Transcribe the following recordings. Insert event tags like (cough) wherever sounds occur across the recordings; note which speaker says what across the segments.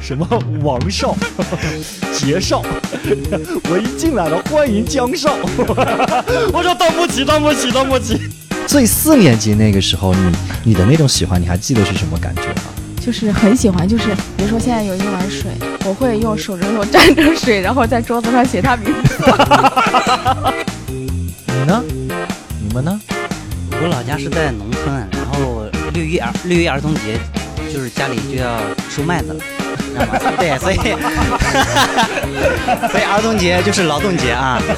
Speaker 1: 什么王 (laughs) 少、杰 (laughs) 少，我一进来了，欢迎江 (laughs) 少。我说当不起，当不起，当不起。所以四年级那个时候，你你的那种喜欢，你还记得是什么感觉吗？
Speaker 2: 就是很喜欢，就是比如说现在有一碗水，我会用手指头沾着水，然后在桌子上写它名字。
Speaker 1: 你呢？你们呢？
Speaker 3: 我老家是在农村，然后六一儿六一儿童节，就是家里就要收麦子了，知道吗？ (laughs) 对，所以
Speaker 1: (laughs)
Speaker 3: 所以儿童节就是劳动节啊。
Speaker 1: (laughs)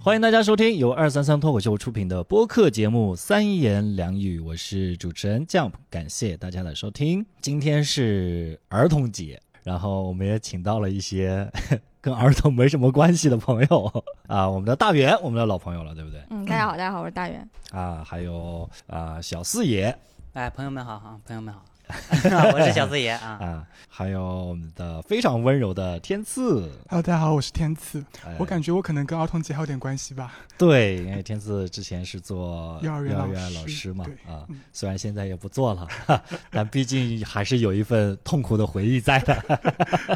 Speaker 1: 欢迎大家收听由二三三脱口秀出品的播客节目《三言两语》，我是主持人 Jump，感谢大家的收听。今天是儿童节，然后我们也请到了一些 (laughs) 跟儿童没什么关系的朋友啊，我们的大圆，我们的老朋友了，对不对？
Speaker 2: 嗯，大家好，大家好，我是大圆。
Speaker 1: 啊，还有啊小四爷
Speaker 3: 哎，朋友们好啊，朋友们好， (laughs) 我是小四爷啊。
Speaker 1: 啊，还有我们的非常温柔的天赐，
Speaker 4: Hello，大家好，我是天赐。
Speaker 1: 哎
Speaker 4: 我感觉我可能跟儿童节还有点关系吧。
Speaker 1: 对，因为天赐之前是做
Speaker 4: 幼儿园
Speaker 1: 老
Speaker 4: 老
Speaker 1: 师
Speaker 4: 师
Speaker 1: 嘛
Speaker 4: 对，
Speaker 1: 啊
Speaker 4: 嗯，
Speaker 1: 虽然现在也不做了，哈但毕竟还是有一份痛苦的回忆在的。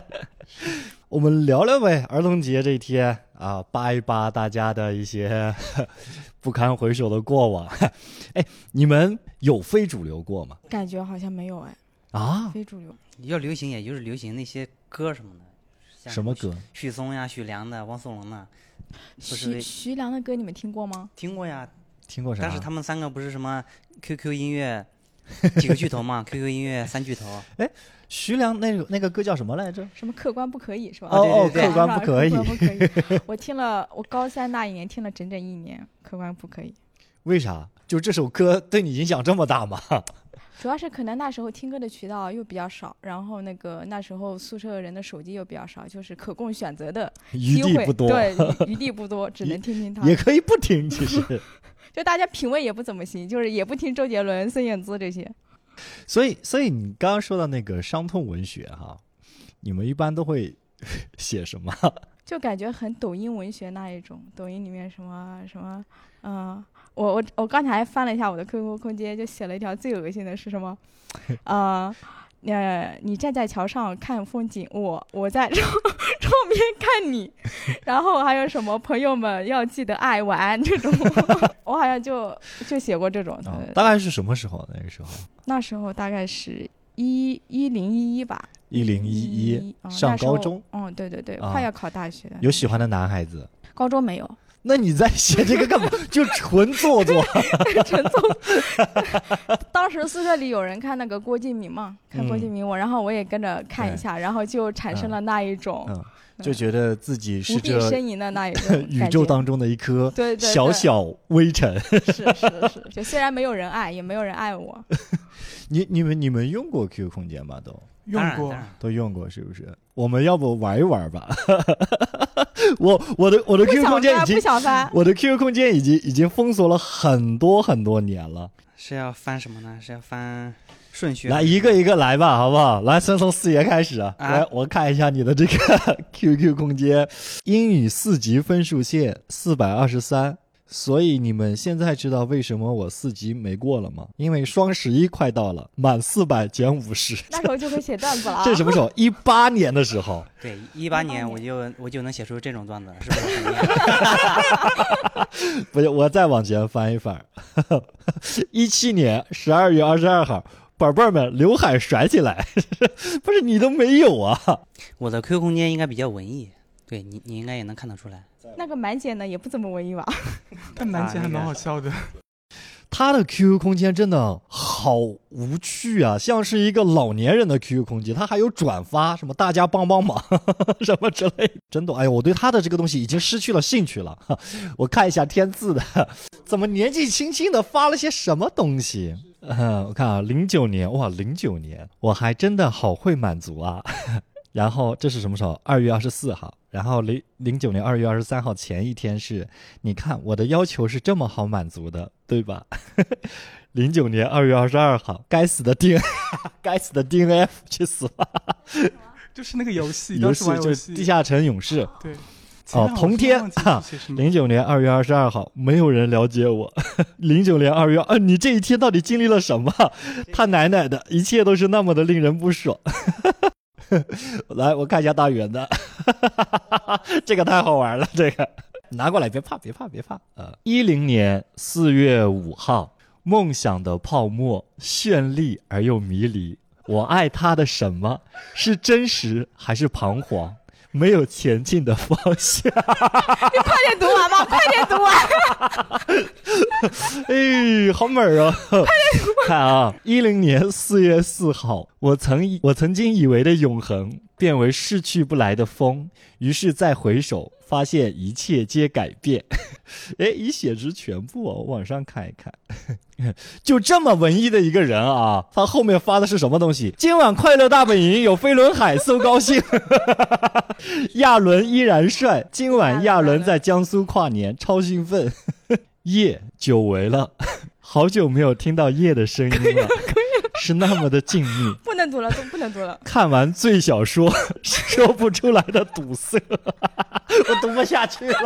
Speaker 1: (laughs) 我们聊聊呗，儿童节这一天啊，扒一扒大家的一些 (laughs) 不堪回首的过往。哎，你们有非主流过吗？
Speaker 2: 感觉好像没有哎，
Speaker 1: 啊，
Speaker 2: 非主流。
Speaker 3: 要流行，也就是流行那些歌什么的，像
Speaker 1: 啊什么歌？
Speaker 3: 许？许嵩呀、许良的、汪苏泷的，不是
Speaker 2: 徐徐良的歌你们听过吗？
Speaker 3: 听过呀。
Speaker 1: 听过啥？
Speaker 3: 但是他们三个不是什么 QQ 音
Speaker 1: (laughs)
Speaker 3: 乐几个巨头嘛？QQ 音乐三巨头。
Speaker 1: 徐良那个那个歌叫什么来着？
Speaker 2: 什么客观不可以是吧？
Speaker 1: 哦哦，
Speaker 3: 对对对
Speaker 1: 客观不可以
Speaker 2: 客。观不
Speaker 1: (laughs)
Speaker 2: 可以。我听了，我高三那一年听了整整一年，客观不可以。
Speaker 1: 为啥？就这首歌对你影响这么大吗？ (laughs)
Speaker 2: 主要是可能那时候听歌的渠道又比较少，然后那个那时候宿舍人的手机又比较少，就是可供选择的
Speaker 1: 余
Speaker 2: 机
Speaker 1: 地
Speaker 2: 会
Speaker 1: 不多。
Speaker 2: 对，余余地不多，只能听听
Speaker 1: (laughs)
Speaker 2: 他。
Speaker 1: 也可以不
Speaker 2: (laughs)
Speaker 1: 听，其实。
Speaker 2: 就大家品味也不怎么行，就是也不听周杰伦、孙燕姿这些。
Speaker 1: 所以，所以你刚刚说到那个伤痛文学哈，你们一般都会写什么？
Speaker 2: 就感觉很抖音文学那一种，抖音里面什么什么，嗯、我我我刚才还翻了一下我的 QQ 空间，就写了一条最恶心的是什么，呃，呃，你站在桥上看风景，我我在 (laughs) 窗窗边看你，然后还有什么朋友们要记得爱晚安这种， (laughs) 我好像就就写过这种的，
Speaker 1: 啊大概是什么时候？那个时候，
Speaker 2: 那时候大概是一一零一一吧，
Speaker 1: 一零一一
Speaker 2: 一哦
Speaker 1: 上高中，
Speaker 2: 嗯，对对对，
Speaker 1: 啊
Speaker 2: 快要考大学了，
Speaker 1: 有喜欢的男孩子。
Speaker 2: 高中没
Speaker 1: (laughs)
Speaker 2: 有，
Speaker 1: 那你在写这个
Speaker 2: (laughs)
Speaker 1: 干嘛？就纯做作。
Speaker 2: 陈总， (laughs) 当时宿舍里有人看那个郭敬明嘛，看郭敬明，我然后我也跟着看一下，然后就产生了那一种
Speaker 1: 嗯嗯，就觉得自己是
Speaker 2: 无病呻
Speaker 1: 这
Speaker 2: 吟的那一种
Speaker 1: (laughs) 宇
Speaker 2: 感
Speaker 1: 宙
Speaker 2: 觉。
Speaker 1: 当中的一颗
Speaker 2: 对对对，
Speaker 1: 小小微尘。
Speaker 2: 是是是，就虽然没有人爱，也没有人爱我。
Speaker 1: 你、你们、你们用过 QQ 空间吧？都
Speaker 4: 用
Speaker 3: 当然
Speaker 4: 过
Speaker 3: 当，然
Speaker 1: 都用过是不是？我们要不玩一玩吧？ (laughs) 我我的我的
Speaker 2: 不
Speaker 1: QQ
Speaker 2: 想
Speaker 1: 空间已
Speaker 2: 翻，
Speaker 1: 经
Speaker 2: 不想翻。
Speaker 1: (laughs) 我的 QQ 空间已经已经封锁了很多很多年了。
Speaker 3: 是要翻什么呢？是要翻顺序？
Speaker 1: 来一个一个来吧，好不好？来，先从四爷开始啊。
Speaker 3: 啊
Speaker 1: 来，我看一下你的这个 (laughs) QQ 空间，英语四级分数线四百二十三。所以你们现在知道为什么我四级没过了吗？因为双十一快到了，满四百减五十。
Speaker 2: 那时候就会写段子了啊
Speaker 1: 这，是什么时候？一八年的时候。
Speaker 3: 对，一八年我就我就能写出这种段子了，是不是很厉害？
Speaker 1: 不是，我再往前翻一翻，一七年十二月二十二号，宝贝儿们刘海甩起来， (laughs) 不是你都没有啊？
Speaker 3: 我的 QQ 空间应该比较文艺，对你你应该也能看得出来。
Speaker 2: 那个满姐呢也不怎么
Speaker 1: (laughs)
Speaker 2: 文艺吧？
Speaker 4: 但楠姐
Speaker 3: 啊那
Speaker 4: 还蛮
Speaker 3: 个
Speaker 4: 好笑的。
Speaker 1: 他的 QQ 空间真的好无趣啊，像是一个老年人的 QQ 空间，他还有转发什么大家帮帮忙 (laughs) 什么之类的，真的，哎呦，我对他的这个东西已经失去了兴趣了。 (laughs) 我看一下天赐的，怎么年纪轻轻的发了些什么东西？ (laughs) 嗯，我看啊，零九年，哇，零九年，我还真的好会满足啊。 (laughs) 然后这是什么时候？二月二十四号。然后零零九年二月二十三号前一天是，你看我的要求是这么好满足的，对吧？零九年二月二十二号，该死的丁， (laughs) 该死的丁 F 去死吧！
Speaker 4: 就是那个游戏，
Speaker 1: 游
Speaker 4: 当时
Speaker 1: 戏
Speaker 4: 玩
Speaker 1: 就
Speaker 4: 游
Speaker 1: 是
Speaker 4: 戏，
Speaker 1: 地下城勇士，
Speaker 4: 对，
Speaker 1: 哦
Speaker 4: 前两
Speaker 1: 同
Speaker 4: 我
Speaker 1: 天
Speaker 4: 真的
Speaker 1: 啊
Speaker 4: 忘记是写什么
Speaker 1: 零九年二月二十二号，没有人了解我。 (laughs) 零九年二月，啊，你这一天到底经历了什么？他奶奶的，一切都是那么的令人不爽。 (laughs) 来，我看一下大圆的， (laughs) 这个太好玩了，这个拿过来，别怕，别怕，别怕。呃，一零年四月五号，梦想的泡沫，绚丽而又迷离。我爱他的什么是真实还是彷徨？没有前进的方向。
Speaker 2: 快点读完吧，快点读啊完。
Speaker 1: 哎，好美儿啊！看啊，一零年四月四号，我曾以我曾经以为的永恒，变为逝去不来的风。于是再回首，发现一切皆改变。 (laughs) 哎，已写值全部哦，我往上看一看。 (laughs) 就这么文艺的一个人啊，他后面发的是什么东西？今晚快乐大本营有飞轮海，搜高兴。 (laughs) 亚伦依然帅，今晚亚伦在江苏跨年，超兴奋。 (laughs) 夜久违了，好久没有听到夜的声音了，是那么的静谧。
Speaker 2: (laughs) 不能读了，不能读了。
Speaker 1: (laughs) 看完最小说， (laughs) 说不出来的堵塞， (laughs) 我读不下去了。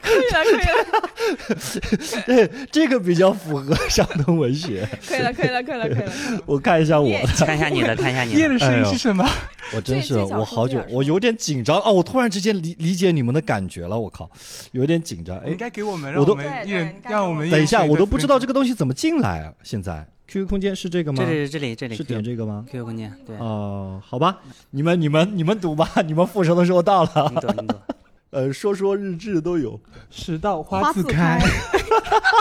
Speaker 2: 可以了，可以了，
Speaker 1: 这 (laughs) 这个比较符合山东文 (laughs) 学。
Speaker 2: 可以了，可以了，可以了，可以
Speaker 3: (laughs)
Speaker 2: 了。
Speaker 1: 我看一下我
Speaker 2: 夜
Speaker 1: 的，
Speaker 3: 看一下你
Speaker 1: (laughs)
Speaker 3: 的，看一下你
Speaker 4: 夜
Speaker 3: 的。
Speaker 4: 的声
Speaker 1: 哎
Speaker 4: 音
Speaker 1: 呦
Speaker 4: 是什么？
Speaker 1: 我真是
Speaker 2: 最最小说
Speaker 1: 我好久
Speaker 2: 最小说
Speaker 1: 我有点紧张哦，我突然之间理理解你们的感觉了，我靠，有点紧张。
Speaker 4: 你
Speaker 1: 哎
Speaker 4: 应，该给我们，让
Speaker 1: 我都
Speaker 4: 我们一人
Speaker 2: 对，对
Speaker 4: 让我们
Speaker 1: 等一下，
Speaker 4: 人选
Speaker 1: 我都不知道这
Speaker 4: 个
Speaker 1: 个东西怎么进来啊！现在 QQ 空间是这个吗
Speaker 3: 这？里这里这里
Speaker 1: 是点这个吗？
Speaker 3: QQ 空间，对，
Speaker 1: 哦、好吧，你们你们你们读吧， (laughs) 你们复仇的时候到了。
Speaker 3: 你懂你懂。
Speaker 1: (laughs) 呃，说说日志都有。
Speaker 4: 迟到花
Speaker 2: 花
Speaker 4: 自
Speaker 2: 自开。 (laughs)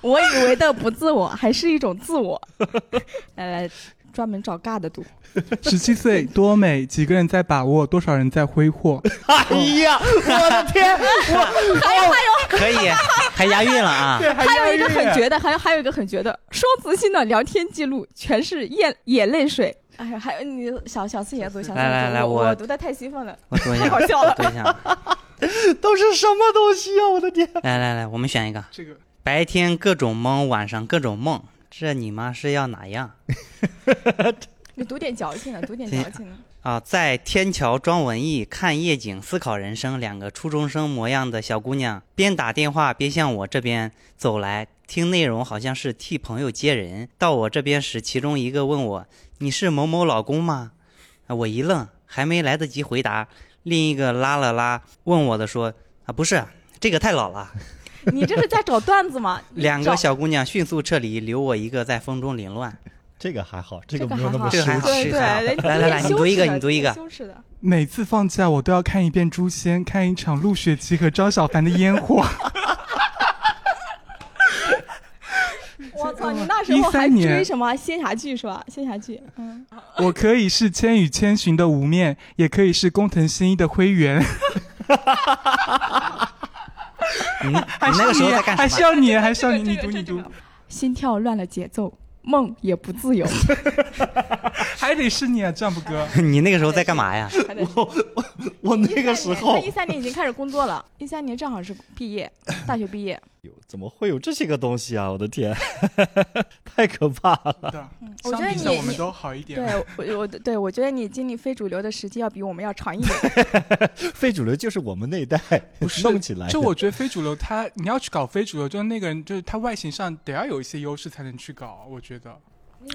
Speaker 2: 我以为的不自我，还是一种自我。 (laughs) 来来，专门找尬的读。
Speaker 4: 十
Speaker 2: (laughs)
Speaker 4: 七岁多美，几个人在把握，多少人在挥霍？
Speaker 1: 哎 (laughs) 呀，我的 (laughs) 天！
Speaker 3: 可以，还押韵
Speaker 1: (laughs)
Speaker 3: 了啊！
Speaker 2: 还有一个很绝的，还有还有一个很绝的，双词星的聊天记录全是眼眼泪水。哎呀，还有你小小四也读，小四也读
Speaker 3: 来来来
Speaker 2: 我
Speaker 3: 我
Speaker 2: 读的太兴奋了，
Speaker 3: 我读一
Speaker 2: 太
Speaker 3: 下
Speaker 2: 好，笑
Speaker 1: 啊
Speaker 2: 了。
Speaker 3: 读一下。
Speaker 1: 都是什么东西啊！我的天，
Speaker 3: 来来来，我们选一个，
Speaker 4: (laughs) 这个
Speaker 3: 白天各种懵，晚上各种梦，这你妈是要哪样？
Speaker 2: 你读点矫情的，读点
Speaker 3: 行
Speaker 2: 矫情的。
Speaker 3: 啊，在天桥装文艺，看夜景，思考人生。两个初中生模样的小姑娘，边打电话边向我这边走来。听内容好像是替朋友接人。到我这边时，其中一个问我：“你是某某老公吗？”啊，我一愣，还没来得及回答，另一个拉了拉问我的说：“啊，不是，这个太老了。”
Speaker 2: 你这是在找段子吗？你
Speaker 3: 两
Speaker 2: 找
Speaker 3: 个小姑娘迅速撤离，留我一个在风中凌乱。
Speaker 1: 这个还好，这
Speaker 2: 这
Speaker 1: 个
Speaker 2: 个
Speaker 1: 没有
Speaker 2: 还
Speaker 1: 那么啊
Speaker 2: 好，
Speaker 1: 羞
Speaker 3: 这个还好
Speaker 1: 耻。
Speaker 2: 对
Speaker 3: 这
Speaker 2: 对，
Speaker 3: 个还好
Speaker 2: 人家
Speaker 3: 啊来来来
Speaker 2: 有点
Speaker 3: 你读一个
Speaker 2: 羞耻的羞
Speaker 3: 你读一个
Speaker 2: 耻的，
Speaker 4: 每次放假我都要看一遍《诛仙》，看一场陆雪琪和张小凡的烟火。 (laughs)
Speaker 2: 我操！你那时候还
Speaker 4: 13年
Speaker 2: 追什么仙侠剧是吧？仙侠剧，嗯，
Speaker 4: 我可以是《千与千寻》的无面，也可以是工藤新一的灰原，
Speaker 3: 你你
Speaker 4: 还
Speaker 3: 那
Speaker 4: 是
Speaker 3: 个时候
Speaker 4: 你，
Speaker 3: 在干
Speaker 4: 还
Speaker 3: 什
Speaker 4: 是
Speaker 3: 么？
Speaker 4: 要你，还是要你，
Speaker 2: 这
Speaker 4: 你
Speaker 2: 个
Speaker 4: 读你，
Speaker 2: 这个
Speaker 4: 读
Speaker 2: 这，个心跳乱了节奏，梦也不自由。
Speaker 4: 还得是你啊，丈母哥。
Speaker 3: 你那个时候在干嘛呀？
Speaker 2: (laughs) 还得
Speaker 1: 我那个时候
Speaker 2: 一三年已经开始工作了， (laughs) 一三年正好是毕
Speaker 1: (laughs)
Speaker 2: 业，大学毕业。
Speaker 1: 怎么会有这些个东西啊！我的天， (laughs) 太可怕了。
Speaker 2: 嗯我
Speaker 4: 啊
Speaker 2: 觉
Speaker 4: 相
Speaker 2: 得
Speaker 4: 比
Speaker 2: 你
Speaker 4: 下我们
Speaker 2: 你
Speaker 4: 都好一点。
Speaker 2: 对我我对我觉得你经历非主流的时期要比我们要长一点。 (laughs)
Speaker 1: 非主流就是我们那一代
Speaker 4: 不是
Speaker 1: 弄起来的，
Speaker 4: 就我觉得非主流他，你要去搞非主流，就是那个人，就是他外形上得要有一些优势才能去搞。我觉得，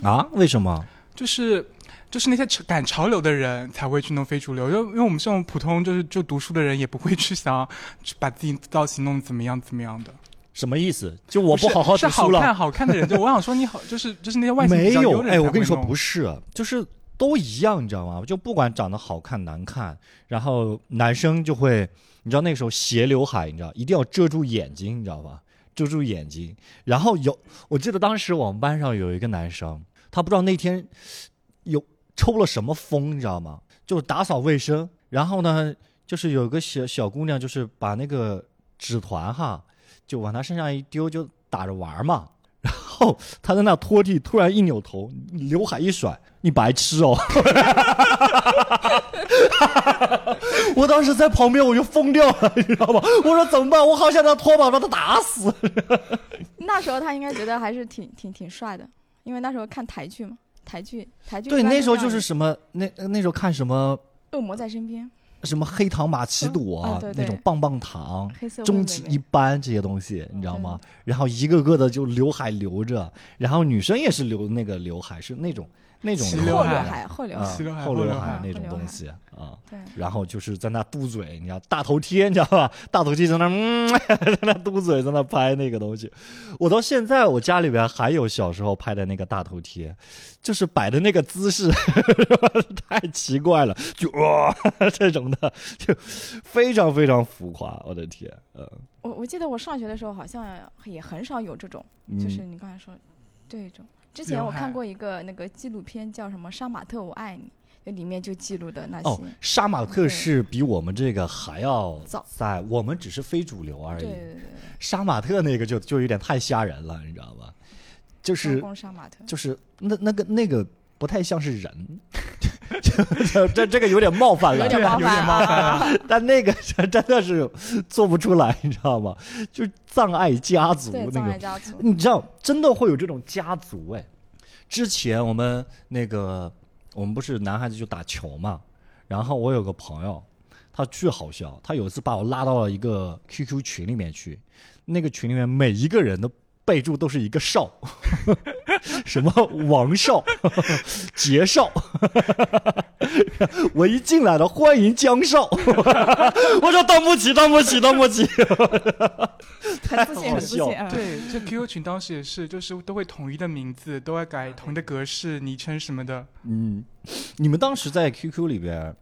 Speaker 1: 啊？为什么？
Speaker 4: 就是就是那些潮赶潮流的人才会去弄非主流，因为因为我们这种普通就是就读书的人也不会去想去把自己造型弄得怎么样怎么样的。
Speaker 1: 什么意思？就我不
Speaker 4: 是
Speaker 1: 好好
Speaker 4: 是
Speaker 1: 读
Speaker 4: 好
Speaker 1: 书了
Speaker 4: 看？好看的人，就我想说你好，就是就是那些外形
Speaker 1: 没
Speaker 4: 比较
Speaker 1: 有
Speaker 4: 优，的人
Speaker 1: 哎，我
Speaker 4: 才
Speaker 1: 跟你
Speaker 4: 会
Speaker 1: 说
Speaker 4: 弄
Speaker 1: 不是，就是都一样，你知道吗？就不管长得好看难看，然后男生就会，你知道那个时候斜刘海，你知道一定要遮住眼睛，你知道吧？遮住眼睛。然后有，我记得当时我们班上有一个男生，他不知道那天有抽了什么风，你知道吗？就是打扫卫生，然后呢，就是有个小小姑娘，就是把那个纸团哈，就往他身上一丢，就打着玩儿嘛。 (laughs) 然后他在那拖地，突然一扭头，刘海一甩，你白痴哦！ (laughs) 我当时在旁边我就疯掉了，你知道吗？我说怎么办？我好想让拖把把他打死。
Speaker 2: (laughs) 那时候他应该觉得还是挺挺挺帅的，因为那时候看台剧嘛，台剧台剧。
Speaker 1: 对，那时候就是什么那那时候看什么
Speaker 2: 恶魔在身边，
Speaker 1: 什么黑糖玛奇朵、
Speaker 2: 嗯啊对对
Speaker 1: 那种棒棒糖，
Speaker 2: 黑色
Speaker 1: 终
Speaker 2: 味
Speaker 1: 极
Speaker 2: 美
Speaker 1: 一般这些东西，你知道吗？然后一个个的就刘海留着，然后女生也是留那个刘海，是那种那种
Speaker 4: 齐
Speaker 1: 刘
Speaker 4: 刘
Speaker 2: 后
Speaker 4: 海
Speaker 2: 刘
Speaker 1: 海
Speaker 2: 海，后刘
Speaker 1: 啊
Speaker 2: 海，
Speaker 4: 齐刘海
Speaker 1: 后
Speaker 4: 后
Speaker 1: 刘
Speaker 4: 刘
Speaker 1: 海
Speaker 2: 海
Speaker 1: 那
Speaker 2: 后
Speaker 1: 种
Speaker 2: 刘
Speaker 1: 东
Speaker 2: 海
Speaker 1: 西啊。
Speaker 2: 对，
Speaker 1: 然后就是在那嘟嘴，你知道大头贴，你知道吧？大头贴在那嗯， (laughs) 在那嘟嘴，在那拍那个东西。我到现在我家里边还有小时候拍的那个大头贴，就是摆的那个姿势 (laughs) 太奇怪了，就 (laughs) 哇、这种的，就非常非常浮夸。我的天，呃，
Speaker 2: 我我记得我上学的时候好像也很少有这种，
Speaker 1: 嗯
Speaker 2: 就是你刚才说这种。之前
Speaker 4: 刘
Speaker 2: 我
Speaker 4: 海
Speaker 2: 看过一个那个纪录片，叫什么《杀马特我爱你》，就里面就记录的那些。
Speaker 1: 哦，杀马特
Speaker 2: 对
Speaker 1: 是比我们这个还要
Speaker 2: 早
Speaker 1: 在，我们只是非主流而
Speaker 2: 对
Speaker 1: 已。
Speaker 2: 对对对，
Speaker 1: 杀马特那个就就有点太吓人了，你知道吧？就
Speaker 2: 招
Speaker 1: 是
Speaker 2: 工杀马特。
Speaker 1: 就是那那个那个不太像是人，这这这个有点冒犯了
Speaker 2: 有，点冒
Speaker 4: 有点
Speaker 2: 犯
Speaker 4: 冒
Speaker 2: 啊！
Speaker 1: (laughs) 但那个真真的是做不出来，你知道吗？就是葬爱家族
Speaker 2: (laughs) 对，
Speaker 1: 那
Speaker 2: 葬爱
Speaker 1: 个，
Speaker 2: 家
Speaker 1: (laughs)
Speaker 2: 族，
Speaker 1: 你知道真的会有这种家族哎。之前我们那个我们不是男孩子就打球嘛，然后我有个朋友，他巨好笑，他有一次把我拉到了一个 QQ 群里面去，那个群里面每一个人的备注都是一个少， (laughs) 什么王少、杰少， (laughs) 我一进来了，欢迎江少， (laughs) 我说当不起，当不起，当不起，
Speaker 2: 很自信，
Speaker 1: 好笑
Speaker 2: 很自 (laughs) 信啊！
Speaker 4: 对，这 QQ 群当时也是，就是都会统一的名字，都会改统一的格式、昵称什么的。
Speaker 1: 嗯，你们当时在 QQ 里边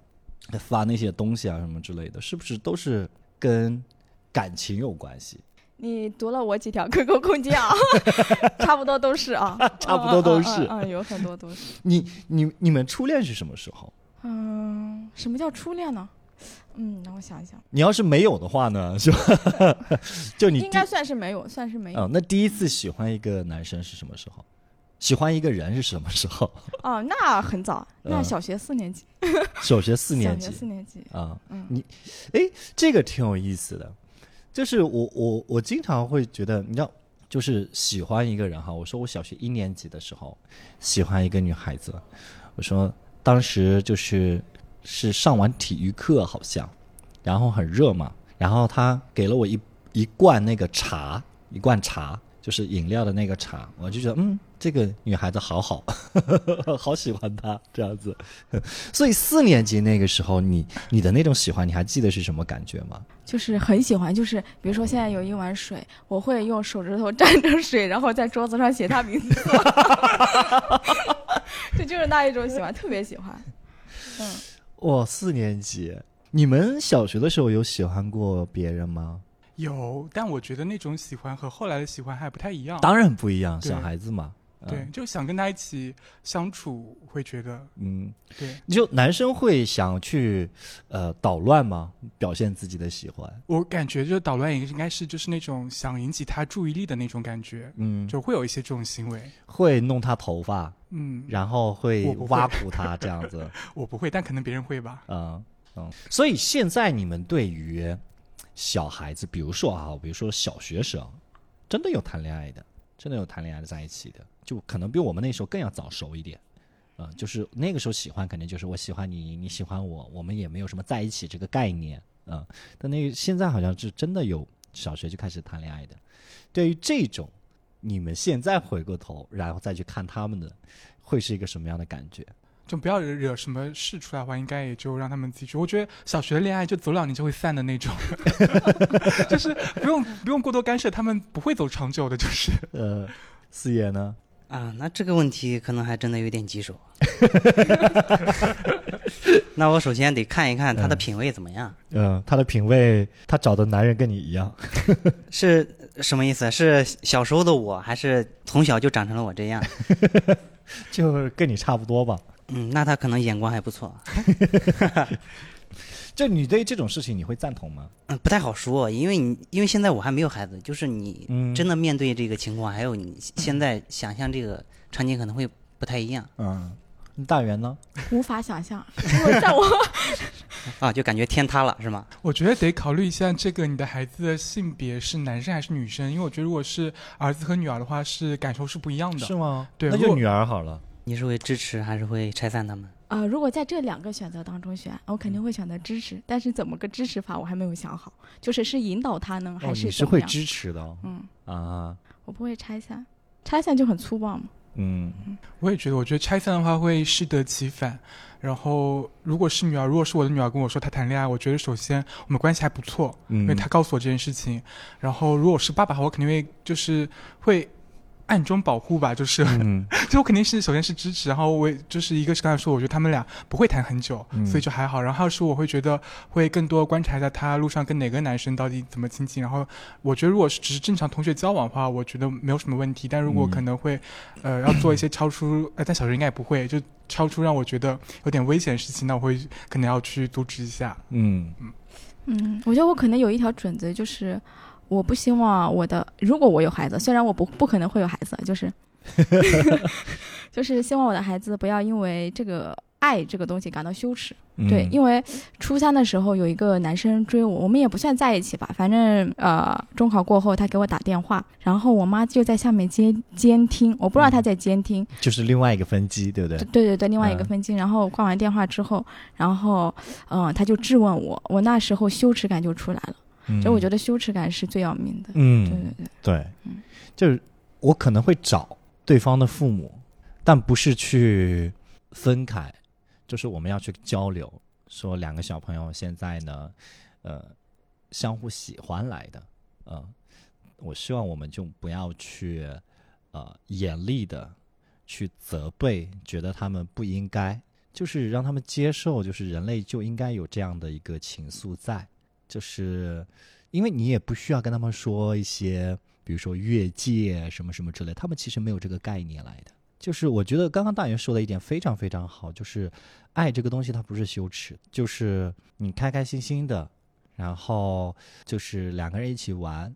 Speaker 1: 发那些东西啊什么之类的，是不是都是跟感情有关系？
Speaker 2: 你读了我几条 QQ 空间啊？ (laughs) 差不多都是啊，
Speaker 1: (laughs) 差不多都是
Speaker 2: 嗯嗯嗯嗯，嗯有很多都是。
Speaker 1: 你你你们初恋是什么时候？
Speaker 2: 嗯，什么叫初恋呢？嗯，让我想一想，
Speaker 1: 你要是没有的话呢，是吧？ (laughs) 就你
Speaker 2: 应
Speaker 1: 第
Speaker 2: 该算是没有，算是没有。
Speaker 1: 啊、那第一次喜欢一个男生是什么时候？喜欢一个人是什么时候？ (laughs)
Speaker 2: 哦，那很早，那
Speaker 1: 嗯
Speaker 2: 小学四年级，
Speaker 1: 小学四年级
Speaker 2: 小学四年级，
Speaker 1: 啊、
Speaker 2: 嗯
Speaker 1: 你，哎，这个挺有意思的，就是我我我经常会觉得，你知道，就是喜欢一个人哈。我说我小学一年级的时候喜欢一个女孩子，我说当时就是是上完体育课好像，然后很热嘛，然后她给了我一一罐那个茶，一罐茶。就是饮料的那个茶，我就觉得，嗯，这个女孩子好好， (laughs) 好喜欢她这样子。所以四年级那个时候，你你的那种喜欢，你还记得是什么感觉吗？
Speaker 2: 就是很喜欢，就是比如说现在有一碗水，我会用手指头沾着水，然后在桌子上写他 (laughs) 名字，这就是那一种喜欢，特别喜欢。嗯，
Speaker 1: 哇，四年级，你们小学的时候有喜欢过别人吗？
Speaker 4: 有，但我觉得那种喜欢和后来的喜欢还不太一样。
Speaker 1: 当然不一样，
Speaker 4: 对
Speaker 1: 小孩子嘛。嗯
Speaker 4: 对，，就想跟他一起相处，会觉得
Speaker 1: 嗯，
Speaker 4: 对
Speaker 1: 就男生会想去呃捣乱吗？表现自己的喜欢。
Speaker 4: 我感觉就是捣乱也应该是就是那种想引起他注意力的那种感觉，
Speaker 1: 嗯，
Speaker 4: 就会有一些这种行为。
Speaker 1: 会弄他头发，
Speaker 4: 嗯，
Speaker 1: 然后会
Speaker 4: 我不会
Speaker 1: 挖苦他这样子。
Speaker 4: 我不会，但可能别人会吧。
Speaker 1: 嗯嗯，所以现在你们对于小孩子，比如说啊，比如说小学生，真的有谈恋爱的，真的有谈恋爱的在一起的，就可能比我们那时候更要早熟一点。啊、就是那个时候喜欢，肯定就是我喜欢你，你喜欢我，我们也没有什么在一起这个概念啊、但那个现在好像是真的有小学就开始谈恋爱的。对于这种，你们现在回过头，然后再去看他们的，会是一个什么样的感觉？
Speaker 4: 就不要惹惹什么事出来的话，应该也就让他们自己去。我觉得小学的恋爱就走两年就会散的那种， (laughs) 就是不用不用过多干涉，他们不会走长久的。就是
Speaker 1: 呃，四爷呢？
Speaker 3: 啊，那这个问题可能还真的有点棘手。啊
Speaker 4: (laughs)
Speaker 3: 那我首先得看一看他的品味怎么样，
Speaker 1: 嗯，他的品味，他找的男人跟你一样。 (laughs)
Speaker 3: 是什么意思？是小时候的我，还是从小就长成了我这样？ (laughs)
Speaker 1: 就是跟你差不多吧。
Speaker 3: 嗯，那他可能眼光还不错。啊
Speaker 1: 就你对这种事情你会赞同吗？
Speaker 3: 嗯，不太好说，因为你因为现在我还没有孩子，就是你
Speaker 1: 嗯
Speaker 3: 真的面对这个情况，还有你现在想象这个场景可能会不太一样
Speaker 1: 嗯，大元呢？
Speaker 2: 无法想象，如果 (laughs) 在我
Speaker 3: 啊，就感觉天塌了是吗？
Speaker 4: 我觉得得考虑一下这个你的孩子的性别是男生还是女生，因为我觉得如果是儿子和女儿的话，是感受是不一样的。
Speaker 1: 吗
Speaker 4: 对
Speaker 1: 那
Speaker 4: 如
Speaker 1: 就
Speaker 4: 果
Speaker 1: 女儿好了。
Speaker 3: 你是会支持还是会拆散他
Speaker 4: (laughs)
Speaker 3: 们？
Speaker 2: 啊、如果在这两个选择当中选，我肯定会选择支持，但是怎么个支持法我还没有想好，就是是引导他呢，还
Speaker 1: 哦，你
Speaker 2: 怎
Speaker 1: 是
Speaker 2: 么
Speaker 1: 会
Speaker 2: 样？
Speaker 1: 支持的哦
Speaker 2: 嗯，
Speaker 1: 啊，
Speaker 2: 我不会拆散，拆散就很粗暴嘛。
Speaker 1: 嗯，
Speaker 4: 我也觉得，我觉得拆散的话会适得其反。然后，如果是女儿，如果是我的女儿跟我说她谈恋爱，我觉得首先我们关系还不错，因
Speaker 1: 因
Speaker 4: 为她告诉我这件事情。然后，如果是爸爸的话，我肯定会就是会暗中保护吧，就是、 (laughs)
Speaker 1: 嗯，
Speaker 4: 就我肯定是首先是支持，然后我也就是一个是刚才说，我觉得他们俩不会谈很久，
Speaker 1: 嗯
Speaker 4: (laughs) 所以就还好。然后还有是我会觉得会更多观察一下他路上跟哪个男生到底怎么亲近。然后我觉得如果是只是正常同学交往的话，我觉得没有什么问题。但如果
Speaker 1: 嗯
Speaker 4: 可能会，呃，要做一些超出，呃，但小时候应该也不会，就超出让我觉得有点危险的事情，那我会可能要去阻止一下。
Speaker 1: 嗯
Speaker 2: 嗯，我觉得我可能有一条准则，就是我不希望我的，如果我有孩子，虽然我不不可能会有孩子，就是， (laughs) 就是希望我的孩子不要因为这个爱这个东西感到羞耻。
Speaker 1: 嗯，
Speaker 2: 对，
Speaker 1: 为
Speaker 2: 因为初三的时候有一个男生追我，我们也不算在一起吧，反正呃，中考过后他给我打电话，然后我妈就在下面监监听，我不知道他在监听，
Speaker 1: 就是另外一个分机，嗯对不对？
Speaker 2: 对对对，另外一个
Speaker 1: 嗯
Speaker 2: 分镜。然后挂完电话之后，然后嗯、呃他就质问我，我那时候羞耻感就出来了。所以我觉
Speaker 1: 得，
Speaker 2: 得羞耻感是最要命的。对
Speaker 1: 嗯，
Speaker 2: 对对，
Speaker 1: 对
Speaker 2: 嗯，
Speaker 1: 就是我可能会找对方的父母，但不是去分开，就是我们要去交流，说两个小朋友现在呢，呃，相互喜欢来的，嗯、我希望我们就不要去呃严厉的去责备，觉得他们不应该，就是让他们接受，就是人类就应该有这样的一个情愫在，就是因为你也不需要跟他们说一些，比如说越界什么什么之类，他们其实没有这个概念来的。就是我觉得刚刚大元说的一点非常非常好，就是爱这个东西它不是羞耻，就是你开开心心的，然后就是两个人一起玩，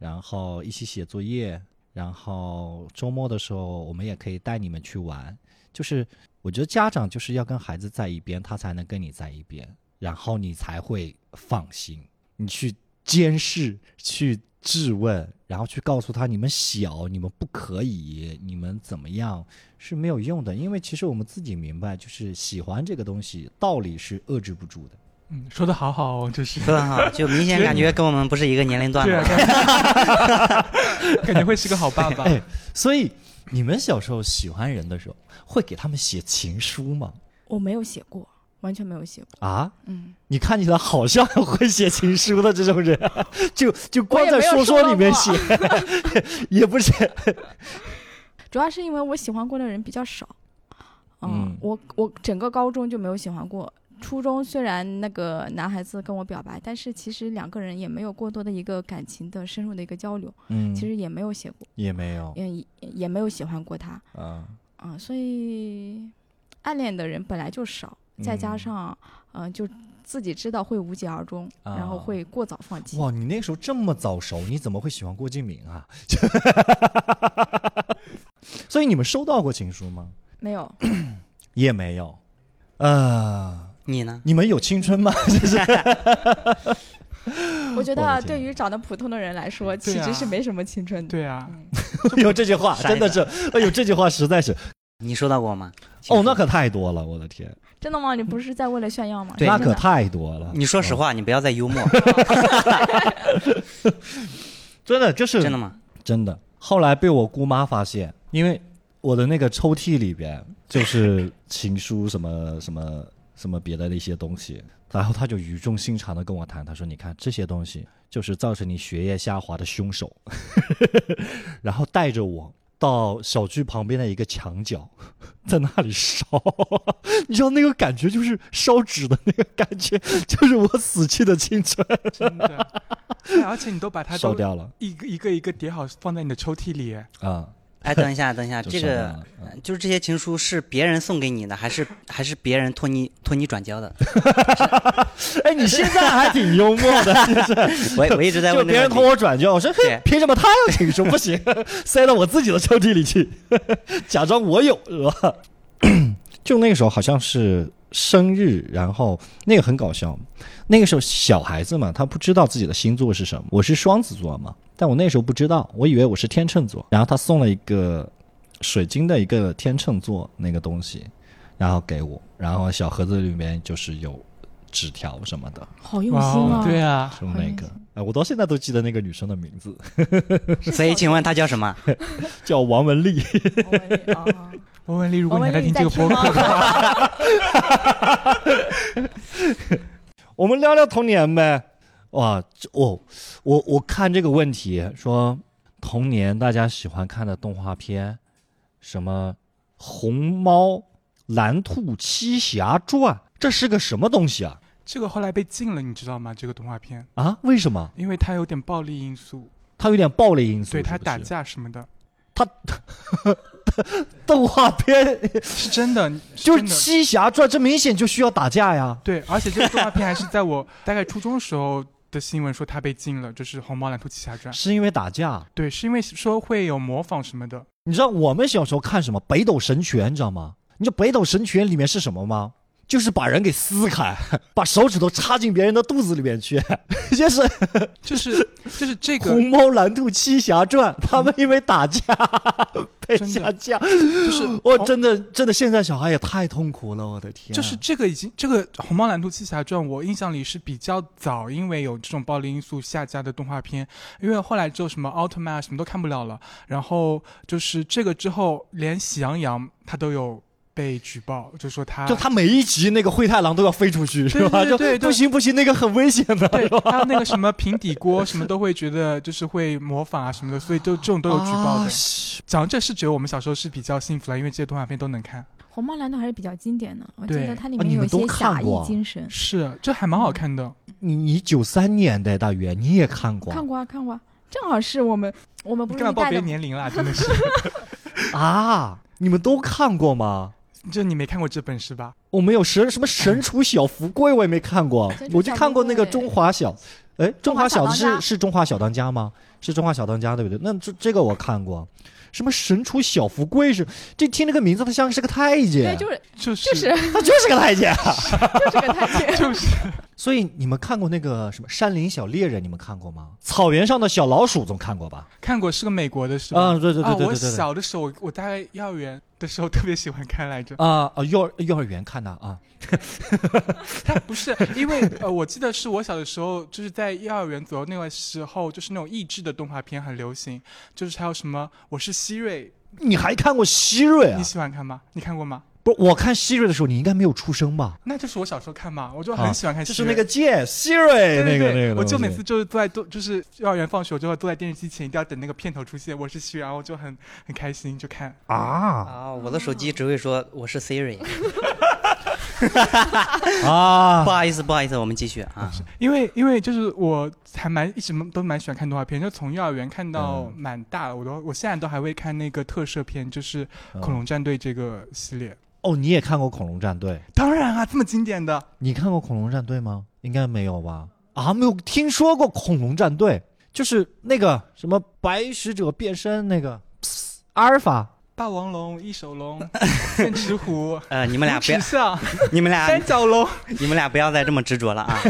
Speaker 1: 然后一起写作业，然后周末的时候我们也可以带你们去玩。就是我觉得家长就是要跟孩子在一边，他才能跟你在一边，然后你才会放心。你去监视、去质问，然后去告诉他你们小，你们不可以，你们怎么样是没有用的。因为其实我们自己明白，就是喜欢这个东西，道理是遏制不住的。
Speaker 4: 嗯，说的好好哦，就是
Speaker 3: 说得好，啊就明显感觉跟我们不是一个年龄段
Speaker 4: 对啊，
Speaker 3: 的。
Speaker 4: 感 (laughs) 觉感觉会是个好爸爸。
Speaker 1: 哎，所以你们小时候喜欢人的时候，会给他们写情书吗？
Speaker 2: 我没有写过，完全没有写过。
Speaker 1: 啊？
Speaker 2: 嗯，
Speaker 1: 你看起来好像会写情书的这种人，啊 (laughs) 就就光
Speaker 2: 我也
Speaker 1: 在
Speaker 2: 没
Speaker 1: 说
Speaker 2: 有收
Speaker 1: 说
Speaker 2: 到
Speaker 1: 里面
Speaker 2: 过
Speaker 1: 写， (laughs) 也不是
Speaker 2: 主要是因为我喜欢过的人比较少。啊
Speaker 1: 嗯
Speaker 2: 我我整个高中就没有喜欢过。初中虽然那个男孩子跟我表白，但是其实两个人也没有过多的一个感情的深入的一个交流，
Speaker 1: 嗯，
Speaker 2: 其实也没有写过，
Speaker 1: 也没有，
Speaker 2: 也也也没有喜欢过他
Speaker 1: 嗯
Speaker 2: 啊、所以暗恋的人本来就少，再加
Speaker 1: 嗯
Speaker 2: 上嗯、呃就自己知道会无疾而终，然后
Speaker 1: 啊
Speaker 2: 会过早放弃。
Speaker 1: 哇，你那时候这么早熟，你怎么会喜欢郭敬明啊？ (laughs) 所以你们收到过情书吗？
Speaker 2: 没有，
Speaker 1: 也没有。呃，
Speaker 3: 你呢？
Speaker 1: 你们有青春吗？ (laughs)
Speaker 2: 我觉
Speaker 1: 我
Speaker 2: 得啊
Speaker 1: 的天
Speaker 2: 对于长得普通的人来说，
Speaker 4: 嗯
Speaker 2: 其
Speaker 4: 对
Speaker 2: 实
Speaker 4: 啊
Speaker 2: 是没什么青春的。
Speaker 4: 对啊，
Speaker 1: 有这句话，
Speaker 3: 啥
Speaker 1: 真的是，哎呦，这句话实在是，
Speaker 3: 你收到过吗？
Speaker 1: 哦，那可太多了，我的天，
Speaker 2: 真的吗？你不是在为了炫耀吗？
Speaker 3: 对
Speaker 1: 那
Speaker 2: 真
Speaker 1: 可
Speaker 2: 的
Speaker 1: 太多了。
Speaker 3: 你说实话，你不要
Speaker 1: (laughs)
Speaker 3: 再幽默，
Speaker 1: 真的就是
Speaker 3: 真的吗？
Speaker 1: 真的。后来被我姑妈发现，因为我的那个抽屉里边就是情书什么什么什么别的那些东西，然后她就语重心长的跟我谈，她说：“你看这些东西就是造成你学业下滑的凶手。” (laughs) 然后带着我到小区旁边的一个墙角， (laughs) 在那里烧， (laughs) 你知道那个感觉就是烧纸的那个感觉，就是我死去的青春
Speaker 4: 真的。哎而且你都把它
Speaker 1: 烧
Speaker 4: 都
Speaker 1: 掉了
Speaker 4: 一个一个一个叠好，放在你的抽屉里。
Speaker 1: 啊、
Speaker 3: 哎，等一下，等一下，
Speaker 1: 就
Speaker 3: 这
Speaker 1: 烧掉
Speaker 3: 个
Speaker 1: 了嗯
Speaker 3: 就是这些情书是别人送给你的，还是还是别人托你托你转
Speaker 1: (laughs)
Speaker 3: 交的？
Speaker 1: 哎，你现在还挺幽默的， (laughs)
Speaker 3: 我我一直在
Speaker 1: 就
Speaker 3: 问这
Speaker 1: 别
Speaker 3: 个
Speaker 1: 人
Speaker 3: 问
Speaker 1: 托
Speaker 3: 题。
Speaker 1: 我转交，我说嘿
Speaker 3: 对，
Speaker 1: 凭什么他要请说不 (laughs) 行，塞到我自己的抽屉里去， (laughs) 假装我有是吧？ (coughs) 就那个时候好像是生日，然后那个很搞笑，那个时候小孩子嘛，他不知道自己的星座是什么，我是双子座嘛，但我那时候不知道，我以为我是天秤座，然后他送了一个。水晶的一个天秤座那个东西，然后给我，然后小盒子里面就是有纸条什么的，
Speaker 2: 好用
Speaker 4: 哇
Speaker 2: 心
Speaker 4: 哦
Speaker 2: 啊！(laughs)
Speaker 4: 对啊，
Speaker 1: 是那个。哎，我到现在都记得那个女生的名字，
Speaker 3: 所以请问他叫
Speaker 1: (laughs)
Speaker 3: 什么？
Speaker 1: 叫王文丽。 (laughs)
Speaker 2: 王文丽啊，
Speaker 4: 王文丽， (laughs) 如果
Speaker 2: 王
Speaker 4: 你还
Speaker 2: 文
Speaker 4: 在
Speaker 2: 丽
Speaker 4: 听
Speaker 2: 在
Speaker 4: 这个
Speaker 2: 听
Speaker 4: 播
Speaker 2: 吗
Speaker 4: 客，？ (laughs)
Speaker 1: 我们聊聊童年呗。哇，这哦，我我看这个问题说，童年大家喜欢看的动画片，什么《红猫》《蓝兔七侠传》，这是个什么东西啊？
Speaker 4: 这个后来被禁了，你知道吗？这个动画片，
Speaker 1: 啊，为什么？
Speaker 4: 因为它有点暴力因素，
Speaker 1: 它有点暴力因素，
Speaker 4: 对它
Speaker 1: 是不
Speaker 4: 打
Speaker 1: 是
Speaker 4: 架什么的，
Speaker 1: 动画片
Speaker 4: 是真的，
Speaker 1: 就是
Speaker 4: 真
Speaker 1: 《
Speaker 4: 的。
Speaker 1: 七侠传》，这明显就需要打架呀。
Speaker 4: 对，而且这个动画片还是在我大概初中时候的新闻说它被禁了，就是《啊虹猫蓝兔七侠传》。
Speaker 1: 是因为打架，
Speaker 4: 对，是因为说会有模仿什么的，
Speaker 1: 你知道我们小时候看什么《北斗神拳》，你知道吗？你知道《北斗神拳》里面是什么吗？就是把人给撕开， (laughs) 把手指头插进别人的肚子里面去， (laughs) 就是《
Speaker 4: 就是就是这 (laughs) 个
Speaker 1: 红猫蓝兔七侠传》，
Speaker 4: 嗯
Speaker 1: 他们因为打
Speaker 4: (laughs)
Speaker 1: 架被下架，
Speaker 4: 就是
Speaker 1: 我
Speaker 4: 哦
Speaker 1: 真的真的现在小孩也太痛苦了，我的天！啊
Speaker 4: 就是这个已经这个《虹猫蓝兔七侠传》，我印象里是比较早，因为有这种暴力因素下架的动画片。因为后来之后什么奥特曼啊什么都看不了了，然后就是这个之后，连喜羊羊它都有被举报，就说它
Speaker 1: 就他每一集那个灰太狼都要飞出去，是吧？
Speaker 4: 对对
Speaker 1: 就
Speaker 4: 对对
Speaker 1: 不行不行，那个很危险的， (laughs)
Speaker 4: 对，还有那个什么平底锅什么都会觉得就是会模仿啊什么的，所以都这种都有举报的。
Speaker 1: 啊是
Speaker 4: 讲这是只有我们小时候是比较幸福了，因为这些动画片都能看。
Speaker 5: 红猫蓝兔还是比较经典的，我记
Speaker 4: 对
Speaker 5: 得它里
Speaker 1: 啊
Speaker 5: 面
Speaker 1: 你
Speaker 5: 有
Speaker 1: 们
Speaker 5: 一
Speaker 1: 都
Speaker 5: 些
Speaker 1: 看
Speaker 5: 侠
Speaker 1: 过啊
Speaker 5: 义精神。
Speaker 4: 是，嗯这还蛮好看的。
Speaker 1: 你你九三年的大元你也看过
Speaker 5: 看
Speaker 1: 啊
Speaker 5: 过啊，看过啊，
Speaker 2: 正好是我们
Speaker 5: 我们
Speaker 4: 你
Speaker 5: 不是
Speaker 4: 干嘛
Speaker 5: 一
Speaker 4: 报
Speaker 5: 代
Speaker 4: 别
Speaker 5: 的
Speaker 4: 人
Speaker 5: 吗，
Speaker 4: 年龄啦？真的是，
Speaker 1: 啊你们都看过吗？
Speaker 4: (laughs) 就你没看过这本是吧？
Speaker 1: 我没有神什么神厨小福贵，我也没看过
Speaker 5: 神，厨
Speaker 1: 我就看过那个
Speaker 5: 小福贵
Speaker 1: 中华小，哎，中华
Speaker 5: 中华小
Speaker 1: 小
Speaker 5: 当
Speaker 1: 是
Speaker 5: 家
Speaker 1: 是中华小当家吗？是中华小当家对不对？那这这个我看过，什么神厨小福贵是，这听这个名字，他像是个太
Speaker 2: 对，
Speaker 1: 监，
Speaker 2: 就是
Speaker 4: 就是
Speaker 2: 就是
Speaker 1: 他就是个太监。
Speaker 2: 就是个太
Speaker 1: (laughs)
Speaker 2: 监。
Speaker 4: 就是
Speaker 1: 所以你们看过那个什么《山林小猎人》，你们看过吗？草原上的小老鼠总看过吧？
Speaker 4: 看过是个美国的是吧？
Speaker 1: 啊，对对对对
Speaker 4: 啊！我
Speaker 1: 对对对。
Speaker 4: 小的时候，我我大概幼儿园的时候特别喜欢看
Speaker 1: (laughs)
Speaker 4: 来着。
Speaker 1: 啊啊！幼儿幼儿园看的啊，
Speaker 4: 它不是因为呃，我记得是我小的时候，就是在幼儿园左右那个时候，就是那种益智的动画片很流行，就是还有什么我是希瑞，
Speaker 1: 你还看过希瑞啊
Speaker 4: 你？喜欢看吗？你看过吗？
Speaker 1: 不是，我看希瑞的时候，你应该没有出生吧？
Speaker 4: 那就是我小时候看嘛，我就
Speaker 1: 啊
Speaker 4: 很喜欢看
Speaker 1: 就
Speaker 4: 希
Speaker 1: 是
Speaker 4: 瑞、
Speaker 1: 那个剑希瑞
Speaker 4: 对对
Speaker 1: 那个
Speaker 4: 对
Speaker 1: 那个东西，
Speaker 4: 我就每次就是坐在坐就是幼儿园放学，我就会坐在电视机前，一定要等那个片头出现，我是希瑞，然后就很很开心就看。
Speaker 1: 啊
Speaker 3: 啊，我的手机只会说我是 Siri，
Speaker 1: 啊
Speaker 3: 不好意思，不好意思，我们继续
Speaker 1: (laughs)
Speaker 3: 啊。
Speaker 4: 因为因为就是我还蛮一直都蛮喜欢看动画片，就从幼儿园看到
Speaker 1: 嗯
Speaker 4: 蛮大的，我都我现在都还会看那个特摄片，就是
Speaker 1: 嗯
Speaker 4: 《恐龙战队》这个系列。
Speaker 1: 哦，你也看过《恐龙战队》？
Speaker 4: 当然啊，这么经典的，
Speaker 1: 你看过《恐龙战队》吗？应该没有吧？啊，没有听说过《恐龙战队》，就是那个什么白使者变身那个嘶阿尔法。
Speaker 4: 霸王龙、翼手龙、剑
Speaker 1: (laughs)
Speaker 4: 齿虎、
Speaker 3: 呃，你们俩
Speaker 4: 无
Speaker 3: 不
Speaker 4: 齿
Speaker 3: 要，
Speaker 4: 象、
Speaker 3: 你们俩
Speaker 4: 三角龙，
Speaker 3: 你们俩不要再这么执着了啊！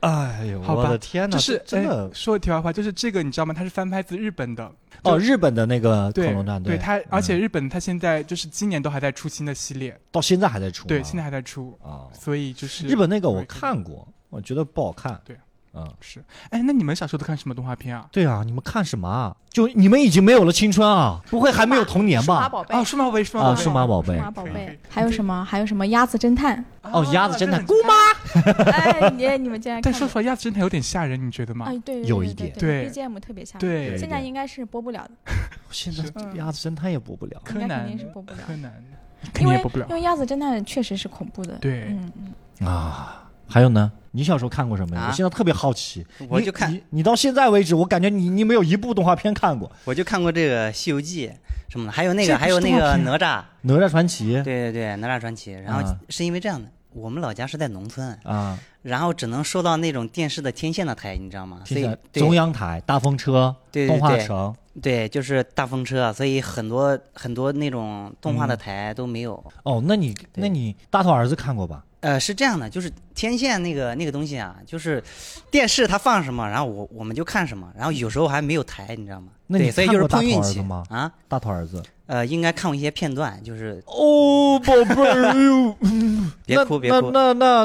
Speaker 1: 哎呦，
Speaker 4: 好吧
Speaker 1: 我的天哪！
Speaker 4: 就是
Speaker 1: 这 (laughs) 真的
Speaker 4: 哎说题外话，就是这个你知道吗？它是翻拍自日本的
Speaker 1: 哦，日本的那个《
Speaker 4: 对
Speaker 1: 恐龙战队
Speaker 4: 对》，它，而且
Speaker 1: 嗯
Speaker 4: 日本它现在就是今年都还在出新的系列，
Speaker 1: 到现在还在出吗。
Speaker 4: 对，现在还在出，
Speaker 1: 啊，
Speaker 4: 所以就是
Speaker 1: 日本那个我看过，我觉得不好看。
Speaker 4: 对，
Speaker 1: 嗯，
Speaker 4: 是。哎，那你们小时候都看什么动画片啊？
Speaker 1: 对啊，你们看什么啊？就你们已经没有了青春啊，不会还没有童年
Speaker 2: 数码
Speaker 1: 吧？
Speaker 2: 宝贝
Speaker 4: 哦，数码宝贝，数码
Speaker 1: 啊，
Speaker 4: 宝贝，
Speaker 1: 数码宝
Speaker 2: 数
Speaker 1: 贝
Speaker 2: 码宝
Speaker 4: 可以可以
Speaker 2: 贝，还有什么？还有什么鸭子侦
Speaker 4: (laughs)
Speaker 2: 探？
Speaker 1: 哦鸭子侦探
Speaker 4: 姑妈。
Speaker 2: 哎，你你们竟然看
Speaker 4: 但
Speaker 2: 过？
Speaker 4: 说实话，鸭子侦探有点吓人，你觉得吗
Speaker 2: 啊？，对，对
Speaker 1: 有
Speaker 2: 对
Speaker 1: 一
Speaker 2: 对
Speaker 1: 点
Speaker 4: 对
Speaker 2: BGM 特别吓人。
Speaker 4: 对
Speaker 1: 对，
Speaker 2: 现在应该是播不了的，
Speaker 1: (laughs) 现在
Speaker 2: 嗯
Speaker 1: 鸭子侦探也播不了。
Speaker 4: 柯
Speaker 2: 应该
Speaker 4: 南
Speaker 2: 肯定是播不了
Speaker 4: 柯南肯
Speaker 2: 因
Speaker 4: 定
Speaker 2: 为
Speaker 4: 也播不了
Speaker 2: 因。为鸭子侦探确实是恐怖的。
Speaker 4: 对
Speaker 2: 嗯嗯，
Speaker 1: 啊，还有呢？你小时候看过什么呀？
Speaker 3: 啊
Speaker 1: 我现在特别好奇。(laughs)
Speaker 3: 我
Speaker 1: 你
Speaker 3: 就看
Speaker 1: 你，你到现在为止，我感觉你你没有一部动画片看过
Speaker 3: 我就看过这个《西游记》什么的，还有那
Speaker 4: 这
Speaker 3: 个
Speaker 4: 不
Speaker 3: 还有
Speaker 4: 是
Speaker 3: 那
Speaker 4: 动画
Speaker 3: 个
Speaker 4: 片
Speaker 3: 哪吒，
Speaker 1: 《哪吒传奇》
Speaker 3: 对对对，哪吒传奇。然后
Speaker 1: 啊
Speaker 3: 是因为这样的，我们老家是在农村，
Speaker 1: 啊，
Speaker 3: 然后只能收到那种电视的天线的台，你知道吗？所
Speaker 1: 现
Speaker 3: 以
Speaker 1: 在
Speaker 3: 对
Speaker 1: 中央台、大风车、
Speaker 3: 对对
Speaker 1: 动画
Speaker 3: 对
Speaker 1: 城
Speaker 3: 对，就是大风车，所以很多很多那种动画的台都没有。
Speaker 1: 嗯哦，那你那你大头儿子看过吧？
Speaker 3: 呃，是这样的，就是天线那个那个东西啊，就是电视它放什么，然后我我们就看什么，然后有时候还没有台，你知道吗？
Speaker 1: 那
Speaker 3: 对，
Speaker 1: 你
Speaker 3: 所以
Speaker 1: 看
Speaker 3: 就是
Speaker 1: 过大
Speaker 3: 碰
Speaker 1: 头
Speaker 3: 运
Speaker 1: 儿
Speaker 3: 气
Speaker 1: 子吗
Speaker 3: 啊。
Speaker 1: 大头儿子，
Speaker 3: 呃，应该看过一些片段，就是
Speaker 1: 哦，宝贝儿，哎呦，
Speaker 3: 别哭别哭，
Speaker 1: 哦那那那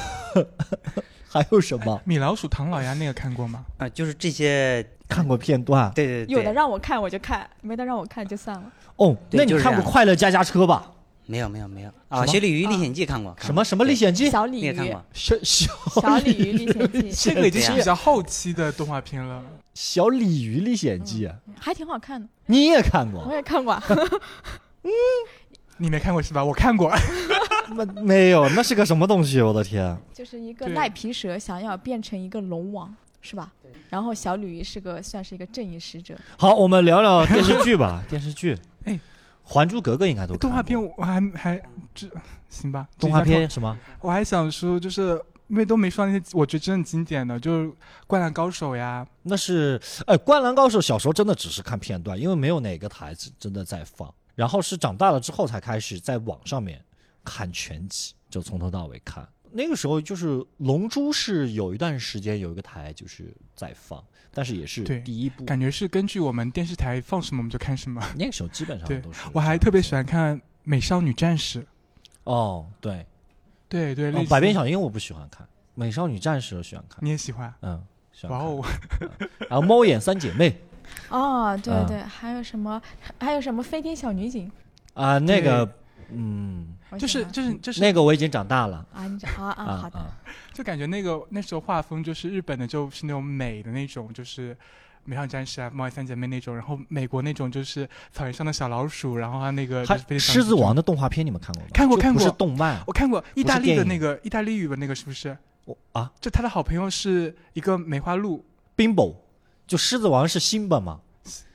Speaker 1: 那 (laughs) 还有什
Speaker 3: (laughs)
Speaker 1: 么？
Speaker 4: (laughs) 米老鼠、唐老鸭那个看过吗？
Speaker 3: 呃，就是这些，
Speaker 1: 看过片段
Speaker 3: 对对对，
Speaker 2: 有的让我看我就看，没得让我看就算
Speaker 3: (laughs)
Speaker 2: 了。
Speaker 1: 哦，
Speaker 3: 对
Speaker 1: 那你
Speaker 3: 就是
Speaker 1: 看
Speaker 3: 这
Speaker 1: 过
Speaker 3: 样
Speaker 1: 《快乐加加车》吧？
Speaker 3: 没有没有没有
Speaker 1: 什
Speaker 3: 啊，
Speaker 1: 么
Speaker 3: 《雪里鱼历
Speaker 2: 啊
Speaker 3: 险记》看过，看
Speaker 1: 什
Speaker 3: 过
Speaker 1: 么什么历
Speaker 3: 对
Speaker 1: 险记？
Speaker 2: 小
Speaker 3: 你
Speaker 2: 鲤
Speaker 3: 也
Speaker 2: 鱼，
Speaker 3: 看过？
Speaker 1: 小小
Speaker 2: 小鲤鱼历险记
Speaker 3: (laughs)
Speaker 1: 这
Speaker 4: 这个已经
Speaker 3: 对
Speaker 4: 是
Speaker 3: 呀
Speaker 4: 比较后期的动画片了。
Speaker 1: 小鲤鱼历险记，啊
Speaker 5: 还挺好看的。
Speaker 1: 嗯你也看
Speaker 2: 我
Speaker 3: 哦
Speaker 1: 过？
Speaker 2: 也看
Speaker 3: (laughs)
Speaker 2: 过，
Speaker 4: 你没看过是吧？我看过， (laughs)
Speaker 1: 那没有，那是个什么东西？我的天！
Speaker 2: 就是一个
Speaker 4: 对
Speaker 2: 赖皮蛇想要变成一个龙王，是吧？然后小鲤鱼是个算是一个正义使者，
Speaker 1: 好，我们聊聊电视剧 (laughs) 吧。电视剧，
Speaker 4: 哎
Speaker 1: 《还珠格格》应该都看过
Speaker 4: 动画片，我还还这行吧？
Speaker 1: 动画
Speaker 4: 这一
Speaker 1: 片
Speaker 4: 下
Speaker 1: 什么？
Speaker 4: 看，我还想说，就是因为都没说那些，我觉得真的经典的，就是《灌篮高手》呀。
Speaker 1: 那是哎，《灌篮高手》小时候真的只是看片段，因为没有哪个台子真的在放。然后是长大了之后才开始在网上面看全集，就从头到尾看。那个时候就是《龙珠》是有一段时间有一个台就是在放，但是也是
Speaker 4: 对
Speaker 1: 第一部。
Speaker 4: 感觉是根据我们电视台放什么我们就看什么。
Speaker 1: 那个时候基本上
Speaker 4: 对
Speaker 1: 都是。
Speaker 4: 我还特别喜欢看《美少女战士》，
Speaker 1: 哦，对，
Speaker 4: 对对，类
Speaker 1: 哦
Speaker 4: 似，
Speaker 1: 百变小樱我不喜欢看，美少女战士我喜欢看，
Speaker 4: 你也喜欢？
Speaker 1: 嗯，喜欢
Speaker 4: 哇
Speaker 1: 看。
Speaker 4: 哦，
Speaker 1: 然后猫眼三姐妹
Speaker 2: 啊
Speaker 5: 哦，对
Speaker 4: 啊
Speaker 1: 嗯
Speaker 5: 对，还有什么？还有什么飞天小女警？
Speaker 1: 啊、那个，嗯，
Speaker 5: 我
Speaker 4: 就是
Speaker 5: 想
Speaker 4: 就是就是
Speaker 1: 那个我已经长大了
Speaker 5: 啊，你讲啊啊，
Speaker 1: 啊
Speaker 5: 好的，
Speaker 4: 就感觉那个那时候画风就是日本的，就是那种美的那种，就是美少女战士啊、猫眼三姐妹那种，然后美国那种就是草原上的小老鼠，然后还有那个
Speaker 1: 还
Speaker 4: 就是非
Speaker 1: 《
Speaker 4: 常
Speaker 1: 狮子王》，的动画片你们看过吗？
Speaker 4: 看过
Speaker 1: 就
Speaker 4: 看
Speaker 1: 不是
Speaker 4: 过哦
Speaker 1: 动漫，
Speaker 4: 我看过意大利
Speaker 1: 不
Speaker 4: 的
Speaker 1: 是电影
Speaker 4: 那个意大利语的那个是不是？
Speaker 1: 我啊
Speaker 4: 就他的好朋友是一个梅花鹿，
Speaker 1: ，Bimbo，就狮子王是辛巴嘛，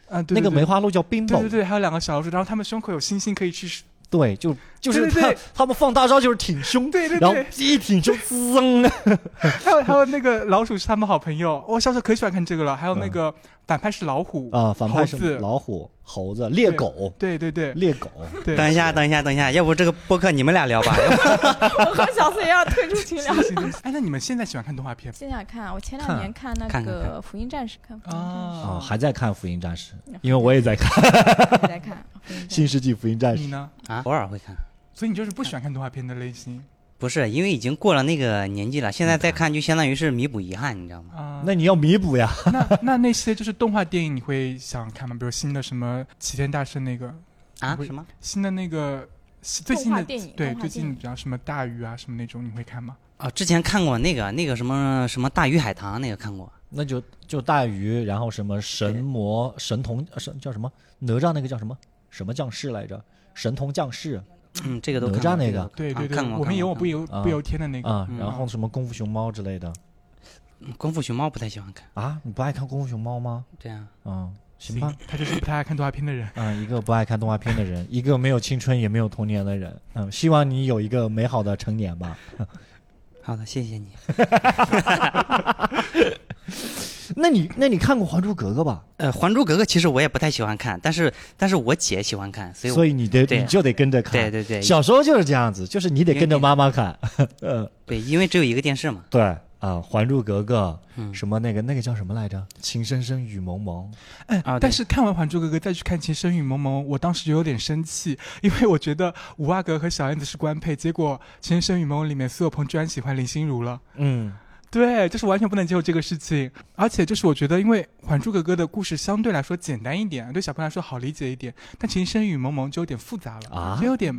Speaker 4: 啊，对
Speaker 1: 那
Speaker 4: 对
Speaker 1: 个梅
Speaker 4: 对
Speaker 1: 花鹿叫
Speaker 4: 对对
Speaker 1: Bimbo，
Speaker 4: 对，还有两个小老鼠，然后他们胸口有星星可以去，
Speaker 1: 对，就就是
Speaker 4: 对对
Speaker 1: 他
Speaker 4: 对
Speaker 1: 他们放大招就是挺胸，
Speaker 4: 对对
Speaker 1: 然后
Speaker 4: 对，
Speaker 1: 一挺胸，滋，
Speaker 4: 还有还有那个老鼠是他们好朋友，我小时候可喜欢看这个了，还有那个反派是老虎，
Speaker 1: 嗯啊，反派
Speaker 4: 猴
Speaker 1: 是
Speaker 4: 子
Speaker 1: 老虎、猴子、猎狗、
Speaker 4: 对对对
Speaker 1: 猎狗，
Speaker 4: 对，
Speaker 3: 等一下，等一下，等一下，要不这个播客你们俩聊吧？要不
Speaker 2: (laughs) 我和小四也要退出群
Speaker 3: (laughs)
Speaker 2: 聊。
Speaker 4: 行行行哎，那你们现在喜欢看动画片吗？
Speaker 5: 现在看，我前两
Speaker 1: 看
Speaker 5: 年看那
Speaker 3: 看看
Speaker 5: 个《福音战士》，看《福音战
Speaker 1: 啊，
Speaker 3: 哦
Speaker 4: 啊
Speaker 1: 还在看《福音战士》，
Speaker 3: 嗯
Speaker 1: 因为我也在看《
Speaker 5: 士》，也在看《福音战士
Speaker 1: 新》。世纪福音战士
Speaker 4: 你》。呢？
Speaker 3: 啊，偶尔会看，
Speaker 4: 所以你就是不喜欢看动画片的类型
Speaker 3: 不是因为已经过了那个年纪了，现在再看就相当于是弥补遗憾，你知道吗？
Speaker 4: 啊？
Speaker 1: 那你要弥补呀，
Speaker 4: 那那那些就是动画电影，你会想看吗？比如新的什么《齐天大圣》那个，
Speaker 3: 啊，
Speaker 4: 不是
Speaker 3: 什么？
Speaker 4: 新的那个最近
Speaker 5: 动画
Speaker 4: 的
Speaker 5: 电影
Speaker 4: 对
Speaker 5: 动画
Speaker 4: 最近
Speaker 5: 电
Speaker 4: 比较什么大鱼啊什么那种，你会看吗？
Speaker 3: 啊，之前看过那个那个什么什么大鱼海棠那个看过，
Speaker 1: 那就就大鱼，然后什么神魔、神童、呃神叫什么哪吒那个叫什么什么将士来着？神童将士
Speaker 3: 嗯，这个都
Speaker 1: 哪
Speaker 3: 看
Speaker 1: 吒
Speaker 3: 过
Speaker 1: 那
Speaker 3: 这
Speaker 1: 个
Speaker 3: 都
Speaker 4: 对对
Speaker 3: 啊
Speaker 4: 对，
Speaker 3: 看过
Speaker 4: 我
Speaker 3: 看
Speaker 4: 们有
Speaker 3: 过
Speaker 4: 我不由
Speaker 1: 看过
Speaker 4: 不由天的那个
Speaker 1: 啊，
Speaker 3: 嗯
Speaker 1: 然后什么功夫熊猫之类的
Speaker 3: 嗯功夫熊猫不太喜欢看，
Speaker 1: 啊？你不爱看功夫熊猫吗？
Speaker 3: 对啊，
Speaker 1: 嗯，行吧，，
Speaker 4: 他就是不太爱看动画片的人。
Speaker 1: 嗯，一个不爱看动画片的人， (laughs) 一个没有青春也没有童年的人，嗯，希望你有一个美好的成年吧。
Speaker 3: 好的，谢谢你。
Speaker 1: 那你那你看过《还珠格格》吧？
Speaker 3: 呃，《还珠格格》其实我也不太喜欢看，但是但是我姐喜欢看，所以我
Speaker 1: 所以你得
Speaker 3: 对啊
Speaker 1: 你就得跟着看。
Speaker 3: 对对对
Speaker 1: 小时候就是这样子，就是你得跟着妈妈 (laughs) 看。嗯，
Speaker 3: 对，因为只有一个电视嘛。
Speaker 1: 对啊，《还珠格格》
Speaker 3: 嗯，
Speaker 1: 什么那个那个叫什么来着？情深深雨蒙蒙。
Speaker 4: 哎
Speaker 3: 啊，对
Speaker 4: 但是看完《还珠格格》再去看《情深深雨蒙蒙》，我当时就有点生气， (laughs) 因为我觉得五阿哥和小燕子是官配，结果《情深深雨蒙蒙》里面苏有朋居然喜欢林心如了。
Speaker 1: 嗯，
Speaker 4: 对，就是完全不能接受这个事情，而且就是我觉得，因为《还珠格格》的故事相对来说简单一点，对小朋友来说好理解一点，但《情深深雨蒙蒙》就有点复杂了，
Speaker 1: 啊
Speaker 4: 就有点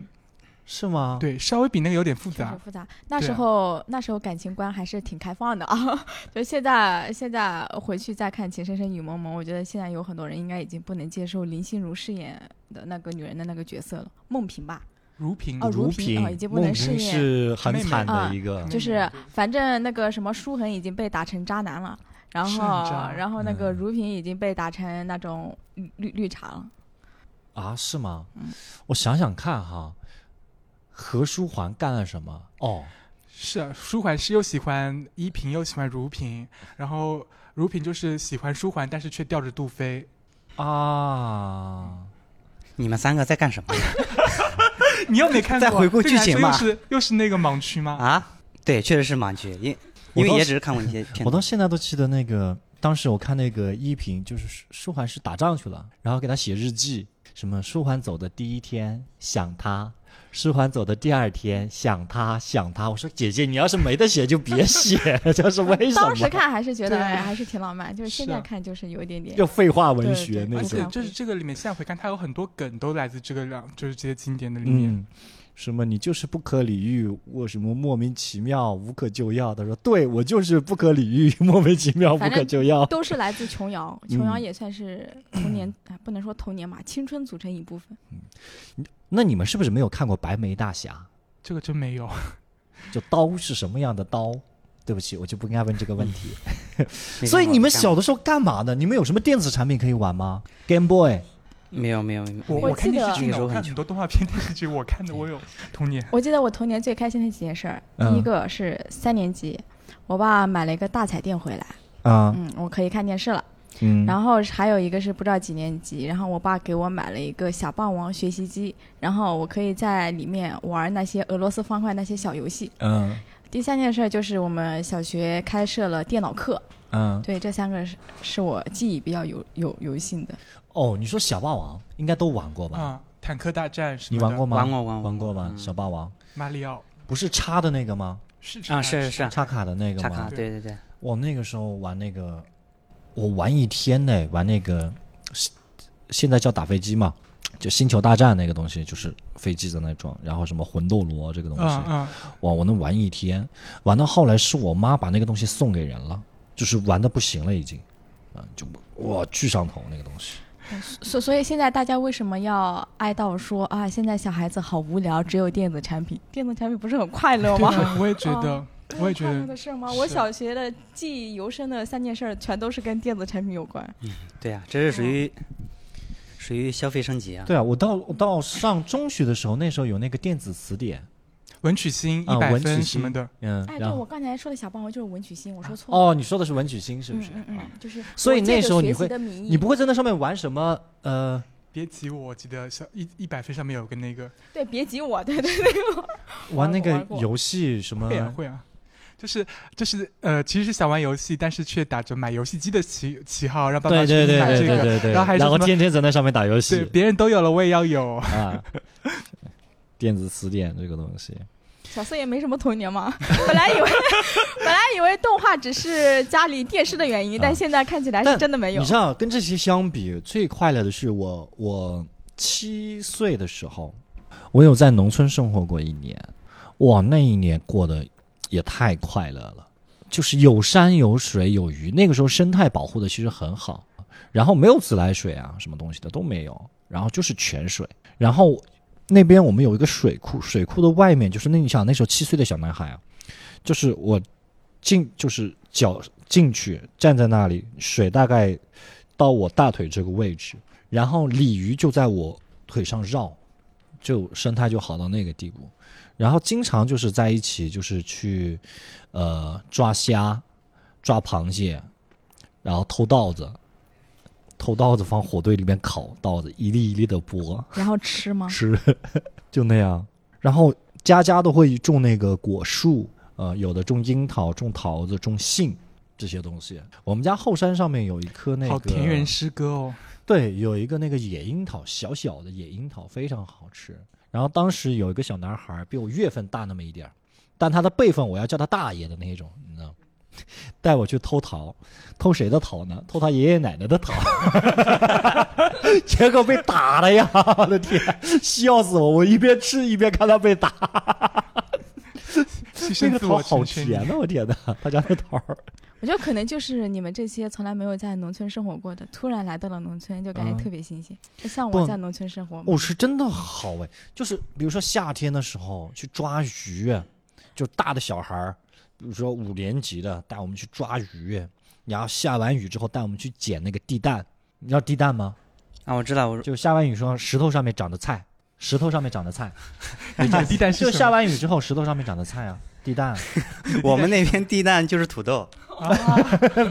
Speaker 1: 是吗？，
Speaker 4: 对，稍微比那个有点复
Speaker 5: 确实
Speaker 4: 杂。
Speaker 5: 复杂。那
Speaker 4: 对
Speaker 5: 时
Speaker 4: 啊
Speaker 5: 候、那时候感情观还是挺开放的啊， (laughs) 就现在现在回去再看《情深深雨蒙蒙》，我觉得现在有很多人应该已经不能接受林心如饰演的那个女人的那个角色了，梦萍吧，
Speaker 4: 如萍，
Speaker 5: 哦
Speaker 1: 如
Speaker 5: 如萍
Speaker 1: 萍
Speaker 5: 哦已经不
Speaker 1: 孟
Speaker 5: 能
Speaker 1: 平
Speaker 5: 适应
Speaker 1: 是很惨
Speaker 5: 啊
Speaker 1: 的一个
Speaker 4: 妹妹。
Speaker 5: 就是反正那个什么舒恒已经被打成渣男了。然
Speaker 4: 是
Speaker 5: 后
Speaker 4: 很渣，
Speaker 5: 然后那个
Speaker 1: 嗯
Speaker 5: 如萍已经被打成那种绿绿绿茶了，
Speaker 1: 啊，是吗
Speaker 5: 嗯？
Speaker 1: 我想想看哈，何书桓干了什么？哦，
Speaker 4: 是啊舒缓是又喜欢依萍又喜欢如萍，然后如萍就是喜欢舒缓，但是却吊着杜飞。
Speaker 1: 啊，
Speaker 3: 你们三个在干什么？
Speaker 4: 你又没看过，
Speaker 3: 再回顾剧情嘛
Speaker 4: 对你来说又是又是那个盲区吗？
Speaker 3: 啊，对，确实是盲区，因
Speaker 1: 我
Speaker 3: 因为
Speaker 1: 当
Speaker 3: 也
Speaker 1: 时
Speaker 3: 只是看过一些片
Speaker 1: 我到
Speaker 3: 段。
Speaker 1: 现在都记得那个，当时我看那个依萍，就是舒舒缓是打仗去了，然后给他写日记，什么舒缓走的第一天想他，舒缓走的第二天想他想他。我说姐姐，你要是没得写就别写， (laughs) 这是为什么？
Speaker 2: 当时看还是觉得
Speaker 4: 对啊
Speaker 2: 哎还是挺浪漫，就是现
Speaker 4: 是啊
Speaker 2: 在看就是有一点点
Speaker 1: 就废话文学
Speaker 2: 对对
Speaker 1: 那
Speaker 4: 而
Speaker 1: 种
Speaker 4: 且
Speaker 2: 对。
Speaker 4: 就是这个里面，现在回看，它有很多梗都来自这个两，就是这些经典的里面。
Speaker 1: 嗯，什么你就是不可理喻，我什么莫名其妙无可救药。他说，对我就是不可理喻，莫名其妙无
Speaker 2: 反
Speaker 1: 可
Speaker 2: 正
Speaker 1: 救药。
Speaker 2: 都是来自琼
Speaker 4: (laughs)
Speaker 2: 瑶，琼瑶
Speaker 1: 嗯
Speaker 2: 也算是童年，哎不能说童年吧，青春组成一部分。
Speaker 1: 那你们是不是没有看过《白眉大侠
Speaker 4: 这个真没有，》？
Speaker 1: 就刀是什么样的刀？对不起，我就不应该问这个问题。
Speaker 3: 嗯那
Speaker 1: 所以
Speaker 3: 种
Speaker 1: 你们
Speaker 3: 像
Speaker 1: 小的时候干嘛呢？你们有什么电子产品可以玩吗？Game Boy，
Speaker 3: 没有没有没有，
Speaker 4: 我
Speaker 2: 我
Speaker 4: 看
Speaker 2: 记
Speaker 4: 电
Speaker 2: 得
Speaker 4: 视剧
Speaker 3: 那
Speaker 4: 的，
Speaker 3: 时候
Speaker 4: 我
Speaker 3: 很
Speaker 4: 看很多动画片电视剧，我看的
Speaker 1: (laughs)
Speaker 4: 我有童年。
Speaker 2: 我记得我童年最开心的几件事儿，
Speaker 1: 嗯
Speaker 2: 第一个是三年级，我爸买了一个大彩电回来，
Speaker 1: 啊，
Speaker 2: 嗯，我可以看电视了。
Speaker 1: 嗯，
Speaker 2: 然后还有一个是不知道几年级，然后我爸给我买了一个小霸王学习机，然后我可以在里面玩那些俄罗斯方块那些小游戏。
Speaker 1: 嗯
Speaker 2: 第三件事就是我们小学开设了电脑课，
Speaker 1: 嗯，
Speaker 2: 对，这三个是是我记忆比较有有有幸的。
Speaker 1: 哦，你说小霸王应该都玩过吧？
Speaker 4: 啊、坦克大战什
Speaker 1: 你
Speaker 4: 么
Speaker 1: 玩过
Speaker 4: 的
Speaker 1: 吗？
Speaker 3: 嗯玩过玩过
Speaker 1: 玩过吧？
Speaker 3: 嗯
Speaker 1: 小霸王
Speaker 4: 马里奥
Speaker 1: 不是插的那个吗？
Speaker 4: 是
Speaker 3: 啊是是
Speaker 1: 插卡的那个
Speaker 3: 插
Speaker 1: 吗
Speaker 3: 卡，？对对对，
Speaker 1: 我那个时候玩那个，我玩一天呢，玩那个，现在叫打飞机嘛，就星球大战那个东西，就是飞机在那装，然后什么魂斗罗这个东西，
Speaker 4: 嗯嗯，
Speaker 1: 哇，我能玩一天，玩到后来是我妈把那个东西送给人了，就是玩的不行了已经，啊，就哇巨上头那个东西，
Speaker 2: 所所以现在大家为什么要哀悼说啊，现在小孩子好无聊，只有电子产品，电子产品不是很快乐吗？
Speaker 4: 对我也觉得，我也觉
Speaker 2: 快乐
Speaker 4: 得
Speaker 2: 的事儿吗？我
Speaker 4: 是
Speaker 2: 小学的记忆犹深的三件事，儿，全都是跟电子产品有关。
Speaker 3: 对啊，这是属于属于消费升级啊。
Speaker 1: 对啊，我到我到上中学的时候，那时候有那个电子词典，
Speaker 4: 文曲星
Speaker 1: 啊
Speaker 4: 一百
Speaker 1: 文曲
Speaker 4: 分什
Speaker 1: 星
Speaker 4: 么的，
Speaker 1: 嗯，
Speaker 2: 哎，对
Speaker 1: 然后
Speaker 2: 我刚才说的小霸王就是文曲星，我说错了。
Speaker 1: 哦，你说的是文曲星是不
Speaker 2: 嗯
Speaker 1: 是？
Speaker 2: 嗯
Speaker 1: 啊
Speaker 2: 嗯，就是
Speaker 1: 所以
Speaker 2: 我借
Speaker 1: 那
Speaker 2: 着
Speaker 1: 时候
Speaker 2: 学
Speaker 1: 你
Speaker 2: 习
Speaker 1: 会
Speaker 2: 的名义
Speaker 1: 你不会在那上面玩什么呃，
Speaker 4: 别急我，我记得小一一百分上面有个那个
Speaker 2: 对，别挤我，对对对，
Speaker 1: 玩那
Speaker 2: 玩
Speaker 1: 个
Speaker 2: 过
Speaker 1: 游戏什么
Speaker 4: 会？啊会啊，就是就是呃，其实是想玩游戏，但是却打着买游戏机的旗旗号，让爸爸
Speaker 1: 对
Speaker 4: 去
Speaker 1: 对对
Speaker 4: 买
Speaker 1: 对
Speaker 4: 这
Speaker 1: 对
Speaker 4: 个，
Speaker 1: 对对，
Speaker 4: 然后还是
Speaker 1: 然后
Speaker 4: 什么
Speaker 1: 天天在那上面打游
Speaker 4: 对
Speaker 1: 戏
Speaker 4: 别人都有了，我也要有。
Speaker 1: 啊， (laughs) 电子词典这个东西，
Speaker 2: 小四也没什么童年
Speaker 1: (laughs)
Speaker 2: 嘛。本来以为本来以为动画只是家里电视的原因，
Speaker 1: 啊
Speaker 2: 但现在看起来
Speaker 1: 但
Speaker 2: 是真的没有
Speaker 1: 你知。道，跟这些相比，最快乐的是我我七岁的时候，我有在农村生活过一年，哇，那一年过得也太快乐了，就是有山有水有鱼，那个时候生态保护的其实很好，然后没有自来水啊，什么东西的都没有，然后就是泉水，然后那边我们有一个水库，水库的外面就是那你想那时候七岁的小男孩啊，就是我进就是脚进去站在那里，水大概到我大腿这个位置，然后鲤鱼就在我腿上绕，就生态就好到那个地步。然后经常就是在一起，就是去呃抓虾、抓螃蟹，然后偷稻子，偷稻子放火堆里面烤稻子，一粒一粒的剥。
Speaker 2: 然后吃吗？
Speaker 1: 吃， (laughs) 就那样。然后家家都会种那个果树，呃，有的种樱桃、种桃子、种杏这些东西。我们家后山上面有一棵那个
Speaker 4: 好田园诗歌
Speaker 1: (laughs)
Speaker 4: 哦，
Speaker 1: 对，有一个那个野樱桃，小小的野樱桃非常好吃。然后当时有一个小男孩儿比我月份大那么一点儿，但他的辈分我要叫他大爷的那一种，你知道吗？带我去偷桃，偷谁的桃呢？偷他爷爷奶奶的桃，结果被打了呀！我的天，笑死我！我一边吃一边看他被打，那
Speaker 4: 牺牲
Speaker 1: 个
Speaker 4: 自
Speaker 1: 桃
Speaker 4: 我
Speaker 1: 好
Speaker 4: 成全
Speaker 1: 甜啊
Speaker 4: 你。
Speaker 1: 呐！我天呐，他家的桃儿，
Speaker 2: 我觉得可能就是你们这些从来没有在农村生活过的，突然来到了农村，就感
Speaker 1: 嗯
Speaker 2: 觉特别新鲜。就像
Speaker 1: 不
Speaker 2: 我在农村生
Speaker 3: 嗯
Speaker 2: 活嘛，
Speaker 1: 哦，是真的好哎！就是比如说夏天的时候去抓鱼，就大的小孩儿，比如说五年级的带我们去抓鱼，然后下完雨之后带我们去捡那个地蛋，你知道地蛋吗？
Speaker 3: 啊，我知道，我 (laughs)
Speaker 1: 就下完雨之后石头上面长的菜，石头上面长的
Speaker 3: (laughs)
Speaker 1: 菜，
Speaker 4: 你的地蛋是
Speaker 1: (laughs) 就
Speaker 4: 什
Speaker 1: 下
Speaker 4: 么
Speaker 1: 完雨之后石头上面长的菜啊，地蛋啊
Speaker 3: 我们那边地蛋就是土豆，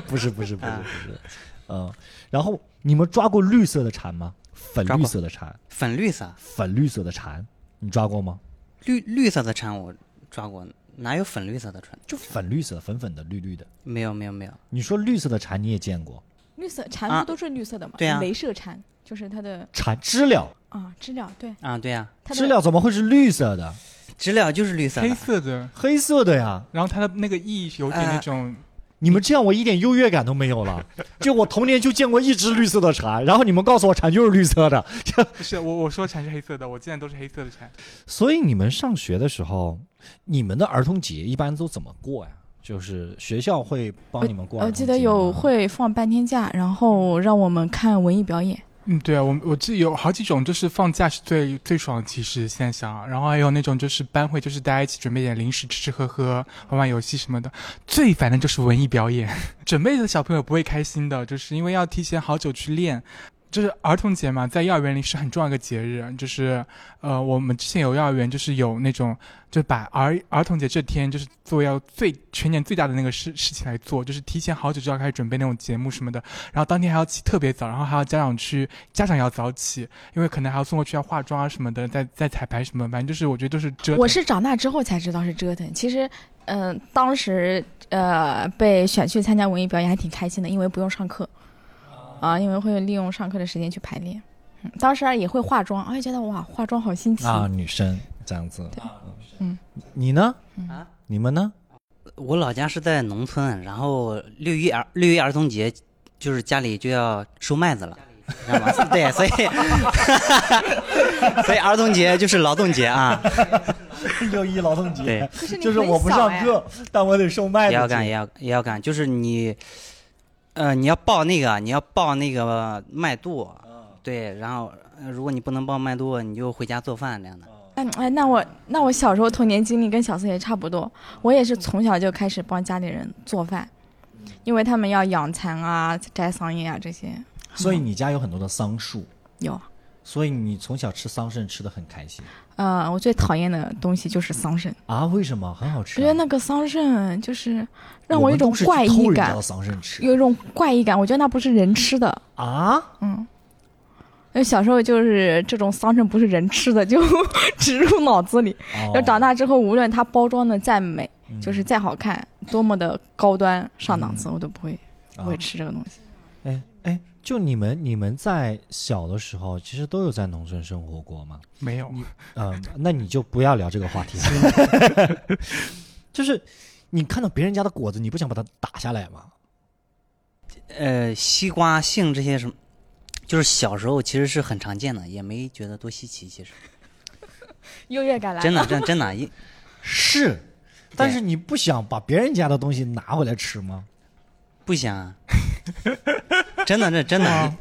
Speaker 1: 不是不是不是
Speaker 3: 啊
Speaker 1: 不
Speaker 3: (laughs)
Speaker 1: 是，嗯，然后你们抓过绿色的蝉吗？粉
Speaker 3: 抓
Speaker 1: 绿
Speaker 3: 过
Speaker 1: 色的蝉，
Speaker 3: 粉绿色，
Speaker 1: 粉绿色的蝉，你抓过吗？
Speaker 3: 绿绿色的蝉我抓过，哪有粉绿色的蝉？
Speaker 1: 就粉绿色，粉粉的，绿绿的。
Speaker 3: 没有没有没有，
Speaker 1: 你说绿色的蝉你也见过？
Speaker 2: 绿色蝉
Speaker 3: 啊
Speaker 2: 不都是绿色的吗？
Speaker 3: 对啊
Speaker 2: 镭射蝉就是它的
Speaker 1: 蝉知了，
Speaker 2: 啊知了，对
Speaker 3: 啊，对呀、
Speaker 2: 它
Speaker 1: 知
Speaker 2: 的
Speaker 1: 了怎么会是绿色的？
Speaker 3: 知了就是绿色
Speaker 4: 黑
Speaker 3: 的，
Speaker 4: 色的，
Speaker 1: 黑色的呀！
Speaker 4: 然后它的那个翼有点那
Speaker 3: 啊
Speaker 4: 种，
Speaker 1: 你们这样我一点优越感都没有
Speaker 2: (laughs)
Speaker 1: 了。就我童年就见过一只绿色的蝉，然后你们告诉我蝉就是绿色的，
Speaker 4: 不是我我说蝉是黑色的，我见的都是黑色的蝉。
Speaker 1: 所以你们上学的时候，你们的儿童节一般都怎么过呀？就是学校会帮你们过儿
Speaker 2: 我
Speaker 1: 童节
Speaker 2: 呃记
Speaker 1: 吗
Speaker 2: 得有
Speaker 1: 啊
Speaker 2: 会放半天假，然后让我们看文艺表演。
Speaker 4: 嗯，对啊，我我记得有好几种，就是放假是最最爽的，其实现在想，然后还有那种就是班会，就是大家一起准备点零食，吃吃喝喝，玩玩游戏什么的。最烦的就是文艺表演， (laughs) 准备的小朋友不会开心的，就是因为要提前好久去练。就是儿童节嘛，在幼儿园里是很重要一个节日，就是呃，我们之前有幼儿园就是有那种，就把儿儿童节这天就是做要最全年最大的那个事事情来做，就是提前好久就要开始准备那种节目什么的，然后当天还要起特别早，然后还要家长去，家长也要早起，因为可能还要送过去要化妆啊什么的，再再彩排什么，反正就是我觉得都是折腾。
Speaker 2: 我是长大之后才知道是折腾。其实，嗯、当时呃被选去参加文艺表演还挺开心的，因为不用上课，啊，因为会利用上课的时间去排练。嗯、当时也会化妆，哎，觉得哇，化妆好新奇。
Speaker 1: 啊，女生这样子
Speaker 2: 对。
Speaker 1: 嗯
Speaker 2: 嗯，
Speaker 1: 你呢？
Speaker 3: 啊
Speaker 1: 你们呢？
Speaker 3: 我老家是在农村，然后六一儿六一儿童节，就是家里就要收麦子了，知道 (laughs) 吗？对，所以所以儿童节就是劳动节啊，
Speaker 1: 六一劳动
Speaker 3: 对，
Speaker 2: 可是
Speaker 1: 就是我不上
Speaker 2: 哎
Speaker 1: 课，但我得售卖
Speaker 3: 也
Speaker 1: 的。
Speaker 3: 要干也要也要干，就是你，呃，你要报那个，你要报那个麦垛，
Speaker 1: 啊
Speaker 3: 对，然后呃如果你不能报麦垛，你就回家做饭这样的。
Speaker 1: 啊
Speaker 2: 哎哎，那我那我小时候童年经历跟小四也差不多，我也是从小就开始帮家里人做饭，因为他们要养蚕啊、摘桑叶啊这些。
Speaker 1: 所以你家有很多的桑树，
Speaker 2: 嗯有，
Speaker 1: 所以你从小吃桑葚吃的很开心
Speaker 2: 呃，我最讨厌的东西就是桑葚，
Speaker 1: 啊？为什么？很好
Speaker 2: 我
Speaker 1: 吃啊、
Speaker 2: 觉得那个桑葚就是让
Speaker 1: 我
Speaker 2: 一
Speaker 1: 们
Speaker 2: 种
Speaker 1: 都是去
Speaker 2: 怪
Speaker 1: 偷
Speaker 2: 异
Speaker 1: 人家
Speaker 2: 感
Speaker 1: 的，桑葚吃
Speaker 2: 有一种怪异感。我觉得那不是人吃的，
Speaker 1: 啊？
Speaker 2: 嗯，因为小时候就是这种桑葚不是人吃的，就 (laughs) 植入脑子里。
Speaker 1: 哦
Speaker 2: 要长大之后，无论它包装的再美，
Speaker 1: 嗯
Speaker 2: 就是再好看，多么的高端上档次，我都不会
Speaker 1: 啊
Speaker 2: 不会吃这个东西。
Speaker 1: 哎哎，就你们你们在小的时候，其实都有在农村生活过吗？
Speaker 2: (laughs)
Speaker 4: 没有，
Speaker 1: 嗯，那你就不要聊这个话题了。
Speaker 2: (laughs)
Speaker 1: 就是你看到别人家的果子，你不想把它打下来吗？
Speaker 3: 呃，西瓜、杏这些什么，就是小时候其实是很常见的，也没觉得多稀奇。其实
Speaker 2: 优越感来
Speaker 3: 真的，真真的，一
Speaker 1: 是，但是你不想把别人家的东西拿回来吃吗？
Speaker 3: 不想啊，真的，这真的，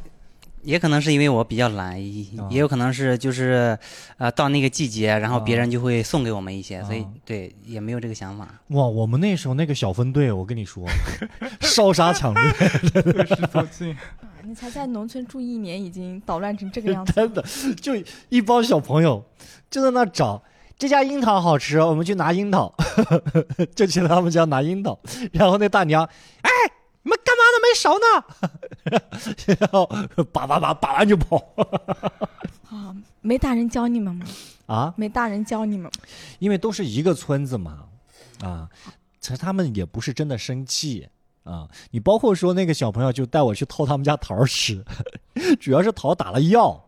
Speaker 3: 也可能是因为我比较懒，也
Speaker 1: 啊
Speaker 3: 也有可能是就是，呃，到那个季节，然后别
Speaker 1: 啊
Speaker 3: 人就会送给我们一些，所以
Speaker 1: 啊
Speaker 3: 对也没有这个想法。
Speaker 1: 哇，我们那时候那个小分队，我跟你说， (laughs) 烧杀抢掠，
Speaker 4: 是走进。
Speaker 2: 啊你才在农村住一年，已经捣乱成这
Speaker 1: (laughs)
Speaker 2: 个样子。
Speaker 1: 真的就一帮小朋友就在那找。这家樱桃好吃，我们去拿樱桃， (laughs) 就去他们家拿樱桃。然后那大娘，哎，你们干嘛呢？没熟呢。 (laughs) 然后叭叭叭叭完就跑
Speaker 2: 啊，没大人教你们吗？
Speaker 1: 啊，
Speaker 2: 没大人教你们吗？
Speaker 1: 因为都是一个村子嘛，啊，其实他们也不是真的生气啊。你包括说那个小朋友就带我去偷他们家桃儿吃， (laughs) 主要是桃打了药，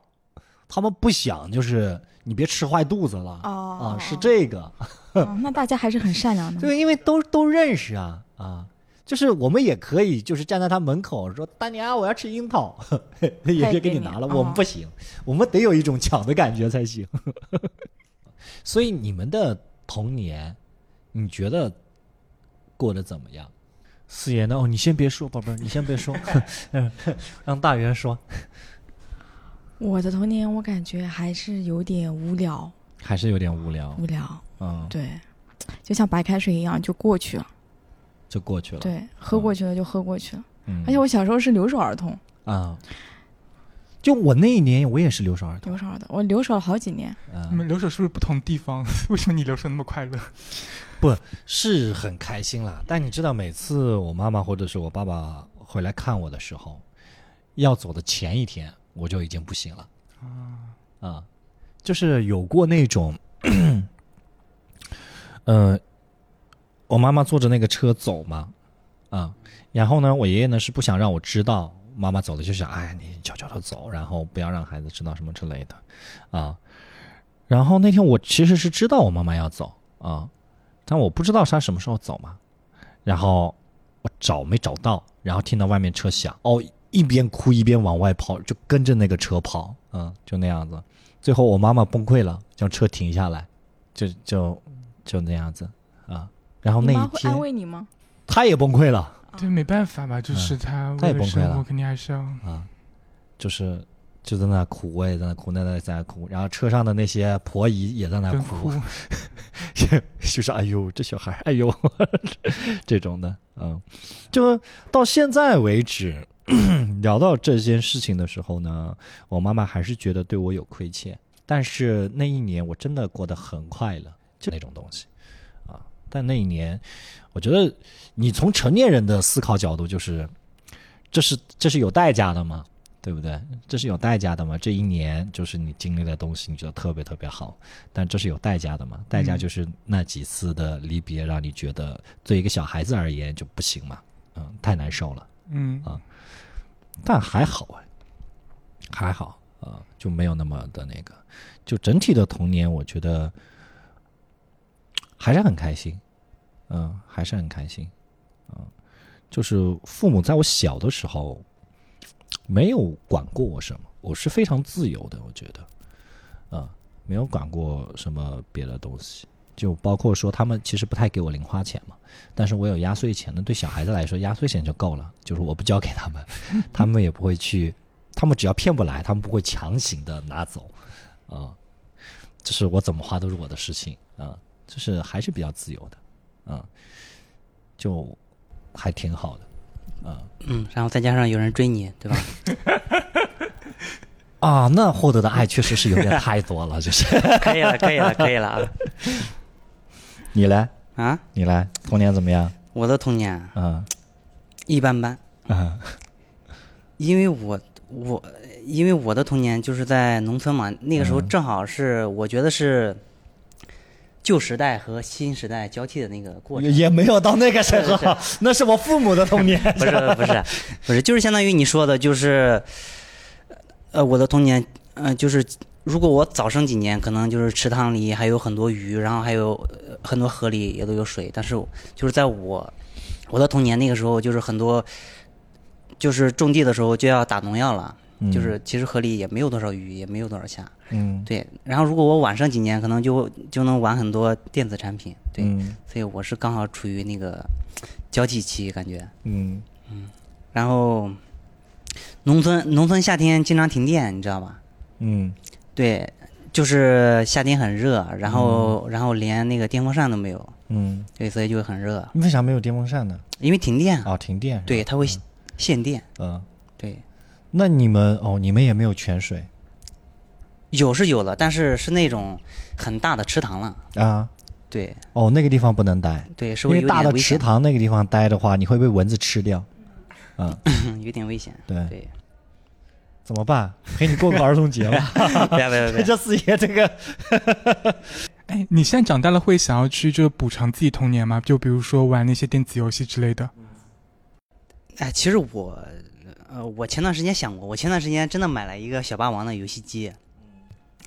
Speaker 1: 他们不想就是你别吃坏肚子了
Speaker 2: 哦
Speaker 1: 啊，是这个，
Speaker 2: 哦那大家还是很善良的。
Speaker 1: 对，因为都都认识啊啊。就是我们也可以，就是站在他门口说：“大娘，我要吃樱桃。” (laughs) 也就给你哦拿了。
Speaker 2: 给你
Speaker 1: 我们不行，我们得有一种抢的感觉才行。所以你们的童年，你觉得过得怎么样？四爷呢？哦，你先别说，宝贝儿，你先别 (laughs) 说，嗯让大元说。
Speaker 2: 我的童年，我感觉还是有点无聊，
Speaker 1: 还是有点无聊，
Speaker 2: 无聊，
Speaker 1: 嗯，
Speaker 2: 对，就像白开水一样就过去了，
Speaker 1: 就过去了。，
Speaker 2: 对，喝过去了就喝过去了。
Speaker 1: 嗯、
Speaker 2: 而且我小时候是留守儿童，
Speaker 1: 啊、就我那一年，我也是留守儿童。
Speaker 2: 留守儿童，我留守了好几年。
Speaker 4: 你
Speaker 1: 嗯，
Speaker 4: 们留守是不是不同地方？ (laughs) 为什么你留守那么快乐？
Speaker 1: 是很开心啦。但你知道，每次我妈妈或者是我爸爸回来看我的时候，要走的前一天，我就已经不行了。啊、就是有过那种 (clears throat) 嗯，我妈妈坐着那个车走嘛，啊，然后呢，我爷爷呢是不想让我知道妈妈走了，就想哎你悄悄的走，然后不要让孩子知道什么之类的，啊，然后那天我其实是知道我妈妈要走啊，但我不知道她什么时候走嘛，然后我找没找到，然后听到外面车响，哦，一边哭一边往外跑，就跟着那个车跑，嗯，就那样子，最后我妈妈崩溃了，将车停下来，就就就那样子啊，然后
Speaker 5: 你
Speaker 1: 那
Speaker 5: 妈
Speaker 1: 一
Speaker 5: 会安
Speaker 1: 天
Speaker 5: 慰你吗？
Speaker 1: 她也崩溃了。
Speaker 4: 对，没办法吧，就是他
Speaker 1: 嗯他也
Speaker 4: 为
Speaker 1: 崩溃
Speaker 4: 了生活，
Speaker 1: 了
Speaker 4: 肯定还是要
Speaker 1: 啊，就是就在那哭，我也在那哭，奶奶在那哭，然后车上的那些婆姨也在那
Speaker 4: 跟
Speaker 1: 哭。
Speaker 4: 哭，
Speaker 1: (laughs) 就是哎呦这小孩儿，哎呦 (laughs) 这种的，嗯，就到现在为止聊到这件事情的时候呢，我妈妈还是觉得对我有亏欠，但是那一年我真的过得很快乐，就那种东西啊。但那一年，我觉得你从成年人的思考角度，就是这是这是有代价的嘛，对不对？这是有代价的嘛。这一年就是你经历的东西，你觉得特别特别好，但这是有代价的嘛。代价
Speaker 4: 嗯
Speaker 1: 就是那几次的离别，让你觉得对一个小孩子而言就不行嘛，嗯，太难受了。
Speaker 4: 嗯
Speaker 1: 啊但还好哎，还好啊、呃就没有那么的那个。就整体的童年，我觉得还是很开心，嗯、还是很开心，嗯、就是父母在我小的时候没有管过我什么，我是非常自由的，我觉得，嗯、没有管过什么别的东西。就包括说，他们其实不太给我零花钱嘛，但是我有压岁钱的，对小孩子来说，压岁钱就够了。就是我不交给他们，他们也不会去，他们只要骗不来，他们不会强行的拿走，啊、就是我怎么花都是我的事情啊、就是还是比较自由的，啊、就还挺好的，啊、
Speaker 3: 嗯，然后再加上有人追你，对吧？
Speaker 1: 啊，那获得的爱确实是有点太多 (laughs) 了，就是
Speaker 3: (laughs) 可以了，可以了，可以了啊！
Speaker 1: 你来，
Speaker 3: 啊，
Speaker 1: 你来，童年怎么样？
Speaker 3: 我的童年啊
Speaker 1: 啊
Speaker 3: 一般般，
Speaker 1: 啊
Speaker 3: 因为我我因为我的童年就是在农村嘛，那个时候
Speaker 1: 嗯
Speaker 3: 正好是我觉得是旧时代和新时代交替的那个过程。
Speaker 1: 也没有到那个时 (laughs)
Speaker 3: 是
Speaker 1: 候，那是我父母的童年，
Speaker 3: (laughs)
Speaker 1: (laughs)
Speaker 3: 不是不是不是，就是相当于你说的，就是，呃，我的童年，呃，就是如果我早生几年，可能就是池塘里还有很多鱼，然后还有呃很多河里也都有水，但是我就是在我我的童年那个时候，就是很多就是种地的时候就要打农药了，
Speaker 1: 嗯
Speaker 3: 就是其实河里也没有多少鱼，也没有多少虾，
Speaker 1: 嗯，
Speaker 3: 对。然后如果我晚生几年，可能就就能玩很多电子产品，对。
Speaker 1: 嗯
Speaker 3: 所以我是刚好处于那个交替期，感觉。
Speaker 1: 嗯
Speaker 3: 然后农村农村夏天经常停电，你知道吧？
Speaker 1: 嗯
Speaker 3: 对，就是夏天很热，然后、然后连那个电风扇都没有，
Speaker 1: 嗯，
Speaker 3: 对，所以就会很热，
Speaker 1: 为啥没有电风扇呢？
Speaker 3: 因为停电啊，
Speaker 1: 啊，停电是吧，
Speaker 3: 对，它会限电，
Speaker 1: 嗯。
Speaker 3: 对，
Speaker 1: 那你们哦，你们也没有泉水
Speaker 3: 有是有的，但是是那种很大的池塘了，
Speaker 1: 啊？
Speaker 3: 对
Speaker 1: 哦，那个地方不能待，
Speaker 3: 对，是
Speaker 1: 因
Speaker 3: 会
Speaker 1: 为
Speaker 3: 有
Speaker 1: 大
Speaker 3: 点
Speaker 1: 的
Speaker 3: 危
Speaker 1: 池
Speaker 3: 险，
Speaker 1: 塘那个地方待的话，你会被蚊子吃掉。
Speaker 3: 嗯有点危险，
Speaker 1: 对，
Speaker 3: 对，
Speaker 1: 怎么办？陪你过个儿童节吧。
Speaker 3: (laughs) 别别别，
Speaker 1: 这四爷这个，
Speaker 4: 哎，你现在长大了会想要去就是补偿自己童年吗？就比如说玩那些电子游戏之类的。
Speaker 3: (laughs) 哎，其实我，呃，我前段时间想过，我前段时间真的买了一个小霸王的游戏机，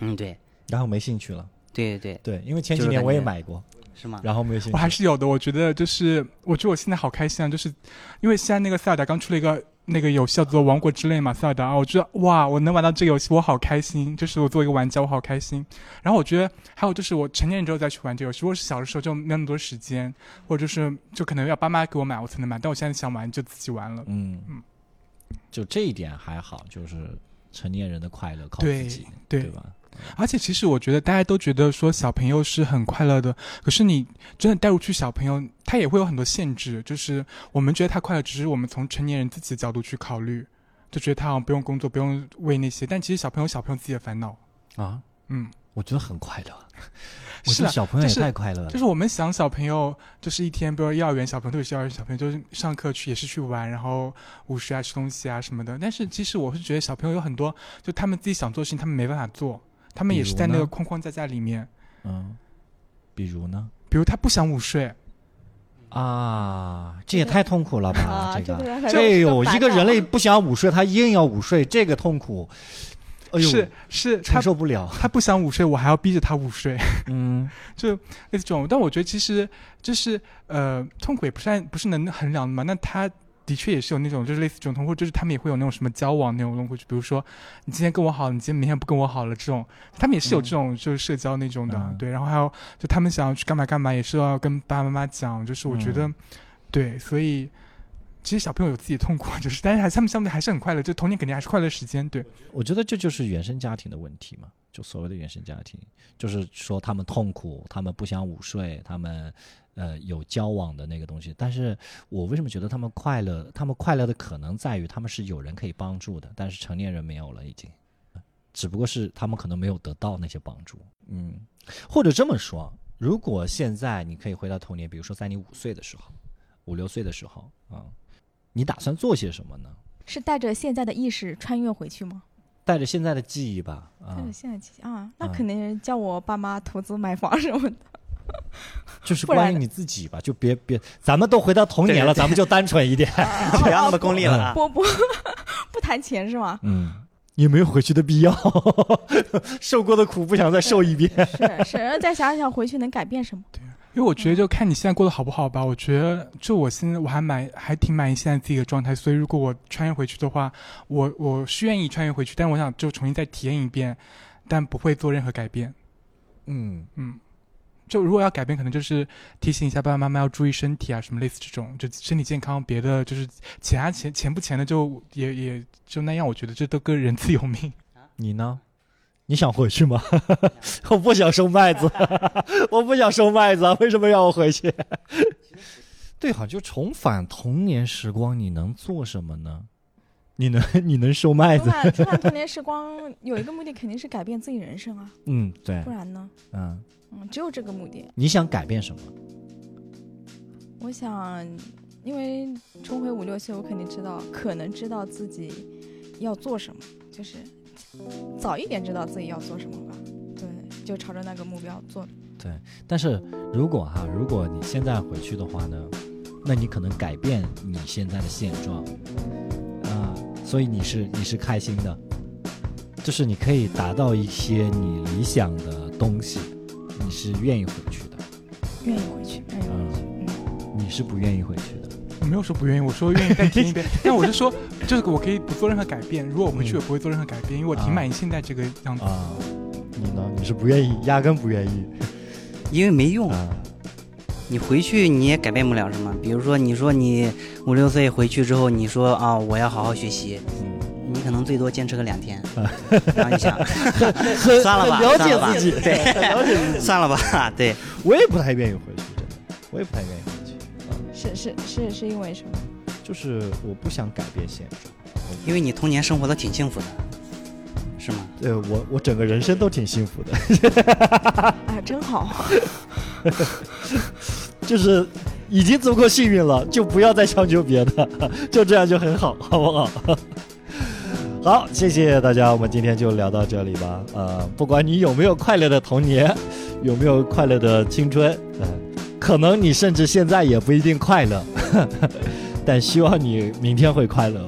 Speaker 3: 嗯，对
Speaker 1: 然后没兴趣了。
Speaker 3: 对对，
Speaker 1: 对，因为前
Speaker 3: 就
Speaker 1: 几
Speaker 3: 是
Speaker 1: 年
Speaker 3: 感
Speaker 1: 我也
Speaker 3: 觉
Speaker 1: 买过，
Speaker 3: 是 (laughs) 吗？
Speaker 1: 然后没有兴
Speaker 4: 我
Speaker 1: 趣。
Speaker 4: 还是有的，我觉得就是，我觉得我现在好开心啊，就是因为现在那个塞尔达刚出了一个那个游戏叫做《王国之泪》嘛，塞尔达，我觉得哇，我能玩到这个游戏，我好开心，就是我作为一个玩家，我好开心。然后我觉得还有就是我成年人之后再去玩这个游戏，如果是小的时候就没有那么多时间，或者就是就可能要爸妈给我买我才能买，但我现在想玩就自己玩了。
Speaker 1: 嗯
Speaker 4: 嗯，
Speaker 1: 就这一点还好，就是成年人的快乐靠
Speaker 4: 对
Speaker 1: 自己，
Speaker 4: 对
Speaker 1: 对吧？
Speaker 4: 而且其实我觉得大家都觉得说小朋友是很快乐的，可是你真的带入去小朋友，他也会有很多限制。就是我们觉得他快乐，只是我们从成年人自己的角度去考虑，就觉得他好像不用工作，不用为那些。但其实小朋友小朋友自己的烦恼，
Speaker 1: 啊，
Speaker 4: 嗯，
Speaker 1: 我觉得很快乐。我觉
Speaker 4: 是
Speaker 1: 得
Speaker 4: 啊，
Speaker 1: 小朋友也
Speaker 4: 就是
Speaker 1: 太快乐了
Speaker 4: 就。是我们想小朋友，就是一天，比如幼儿园小朋友，特别是幼儿园小朋友，就是上课去也是去玩，然后午睡啊、吃东西啊什么的。但是其实我是觉得小朋友有很多，就他们自己想做的事情，他们没办法做，他们也是在那
Speaker 1: 比如
Speaker 4: 个
Speaker 1: 呢
Speaker 4: 框框架架里面。
Speaker 1: 嗯，比如呢？
Speaker 4: 比如他不想午睡，
Speaker 1: 啊，这也太痛苦了吧！
Speaker 2: 啊，
Speaker 1: 这个，
Speaker 2: 个
Speaker 1: 这有一个人类
Speaker 2: 烦恼啊
Speaker 1: 不想午睡，他硬要午睡，这个痛苦，哎呦，
Speaker 4: 是是他
Speaker 1: 承受不了。
Speaker 4: 他不想午睡，我还要逼着他午睡， (laughs)
Speaker 1: 嗯，
Speaker 4: 就那种。但我觉得其实就是呃，痛苦也不是按不是能衡量的嘛。那他的确也是有那种就是类似这种痛苦，就是他们也会有那种什么交往那种痛苦，就比如说你今天跟我好，你今天明天不跟我好了这种，他们也是有这种就是社交那种的。
Speaker 1: 嗯
Speaker 4: 对，然后还有就他们想要去干嘛干嘛，也是要跟爸爸妈妈讲。就是我觉得、
Speaker 1: 嗯
Speaker 4: 对，所以。其实小朋友有自己的痛苦，就是，但是还他们相对还是很快乐，就童年肯定还是快乐时间，对。
Speaker 1: 我觉得这就是原生家庭的问题嘛，就所谓的原生家庭，就是说他们痛苦，他们不想午睡，他们呃有交往的那个东西。但是我为什么觉得他们快乐？他们快乐的可能在于他们是有人可以帮助的，但是成年人没有了已经，只不过是他们可能没有得到那些帮助。嗯，或者这么说，如果现在你可以回到童年，比如说在你五岁的时候、五六岁的时候啊、你打算做些什么呢？
Speaker 5: 是带着现在的意识穿越回去吗？
Speaker 1: 带着现在的记忆吧，啊、
Speaker 2: 但是现在其实啊，那
Speaker 1: 嗯
Speaker 2: 肯定叫我爸妈投资买房什
Speaker 3: (laughs)
Speaker 2: 么的。
Speaker 1: 就是
Speaker 2: 不
Speaker 1: 关
Speaker 2: 然
Speaker 1: 于
Speaker 2: 呢
Speaker 1: 你自己吧，就别别，咱们都回到童年了，
Speaker 3: 对对
Speaker 1: 咱们就单纯一 (laughs) 点。
Speaker 3: 不要那么功利了
Speaker 2: (laughs)
Speaker 3: 啊！
Speaker 2: 不不不谈钱是吗？
Speaker 1: 嗯，也没有回去的必要， (laughs) 受过的苦不想再受一遍。
Speaker 2: 是是，然后再想想回去能改变什么？
Speaker 4: 因为我觉得就看你现在过得好不好吧。我觉得就我现在我还蛮还挺满意现在自己的状态，所以如果我穿越回去的话，我我是愿意穿越回去，但我想就重新再体验一遍，但不会做任何改变。
Speaker 1: (laughs) 嗯，
Speaker 4: 嗯，就如果要改变，可能就是提醒一下爸爸妈妈要注意身体啊，什么类似这种，就身体健康，别的就是钱啊钱钱不钱的就也也就那样。我觉得这都跟人自有命。
Speaker 1: 你呢？你想回去吗？ (laughs) 我不想收麦子， (laughs) 我不想收麦子啊，为什么让我回去？ (laughs) 对，好，就重返童年时光，你能做什么呢？你能 (laughs) 你能收麦
Speaker 2: 重
Speaker 1: 子？
Speaker 2: 返重返童年时光有一个目的，肯定是改变自己人生啊，
Speaker 1: 嗯，对
Speaker 2: 不，然呢？
Speaker 1: 嗯，
Speaker 2: 嗯，只有这个目的。
Speaker 1: 你想改变什么？
Speaker 2: 我想，因为重回五六岁，我肯定知道，可能知道自己要做什么，就是早一点知道自己要做什么吧。对，就朝着那个目标做。
Speaker 1: 但是如果哈、如果你现在回去的话呢，那你可能改变你现在的现状，啊、所以你是你是开心的，就是你可以达到一些你理想的东西，你是愿意回去的，
Speaker 2: 愿意回去，愿意回去。嗯，
Speaker 1: 你是不愿意回去的。
Speaker 4: 我没有说不愿意，我说愿意再听一遍。但我是说，这个我可以不做任何改变。如果我回
Speaker 1: 嗯
Speaker 4: 去，我不会做任何改变，因为我挺满意现在这个样子。
Speaker 1: 啊，你呢？你是不愿意，压根不愿意
Speaker 3: 因为没用，
Speaker 1: 啊。
Speaker 3: 你回去你也改变不了什么。比如说，你说你五六岁回去之后，你说啊，我要好好学习，
Speaker 1: 嗯，
Speaker 3: 你可能最多坚持个两天，然后你想 (laughs) 算了
Speaker 1: 很
Speaker 3: 吧，算了吧
Speaker 1: 了解自己，
Speaker 3: 对，
Speaker 1: 很了解自己。
Speaker 3: 算了吧，对，
Speaker 1: 我也不太愿意回去，真的，我也不太愿意回去，
Speaker 2: 嗯是是是是因为什么？
Speaker 1: 就是我不想改变现状。
Speaker 3: 因为你童年生活的挺幸福的，是吗？
Speaker 1: 呃，我我整个人生都挺幸福的， (laughs)
Speaker 2: 哎，真好。
Speaker 1: 就是已经足够幸运了，就不要再强求别的， (laughs) 就这样就很好，好不好？ (laughs) 好，谢谢大家，我们今天就聊到这里吧。呃，不管你有没有快乐的童年，有没有快乐的青春，呃，可 (laughs) 能你甚至现在也不一定快乐，但希望你明天会快乐，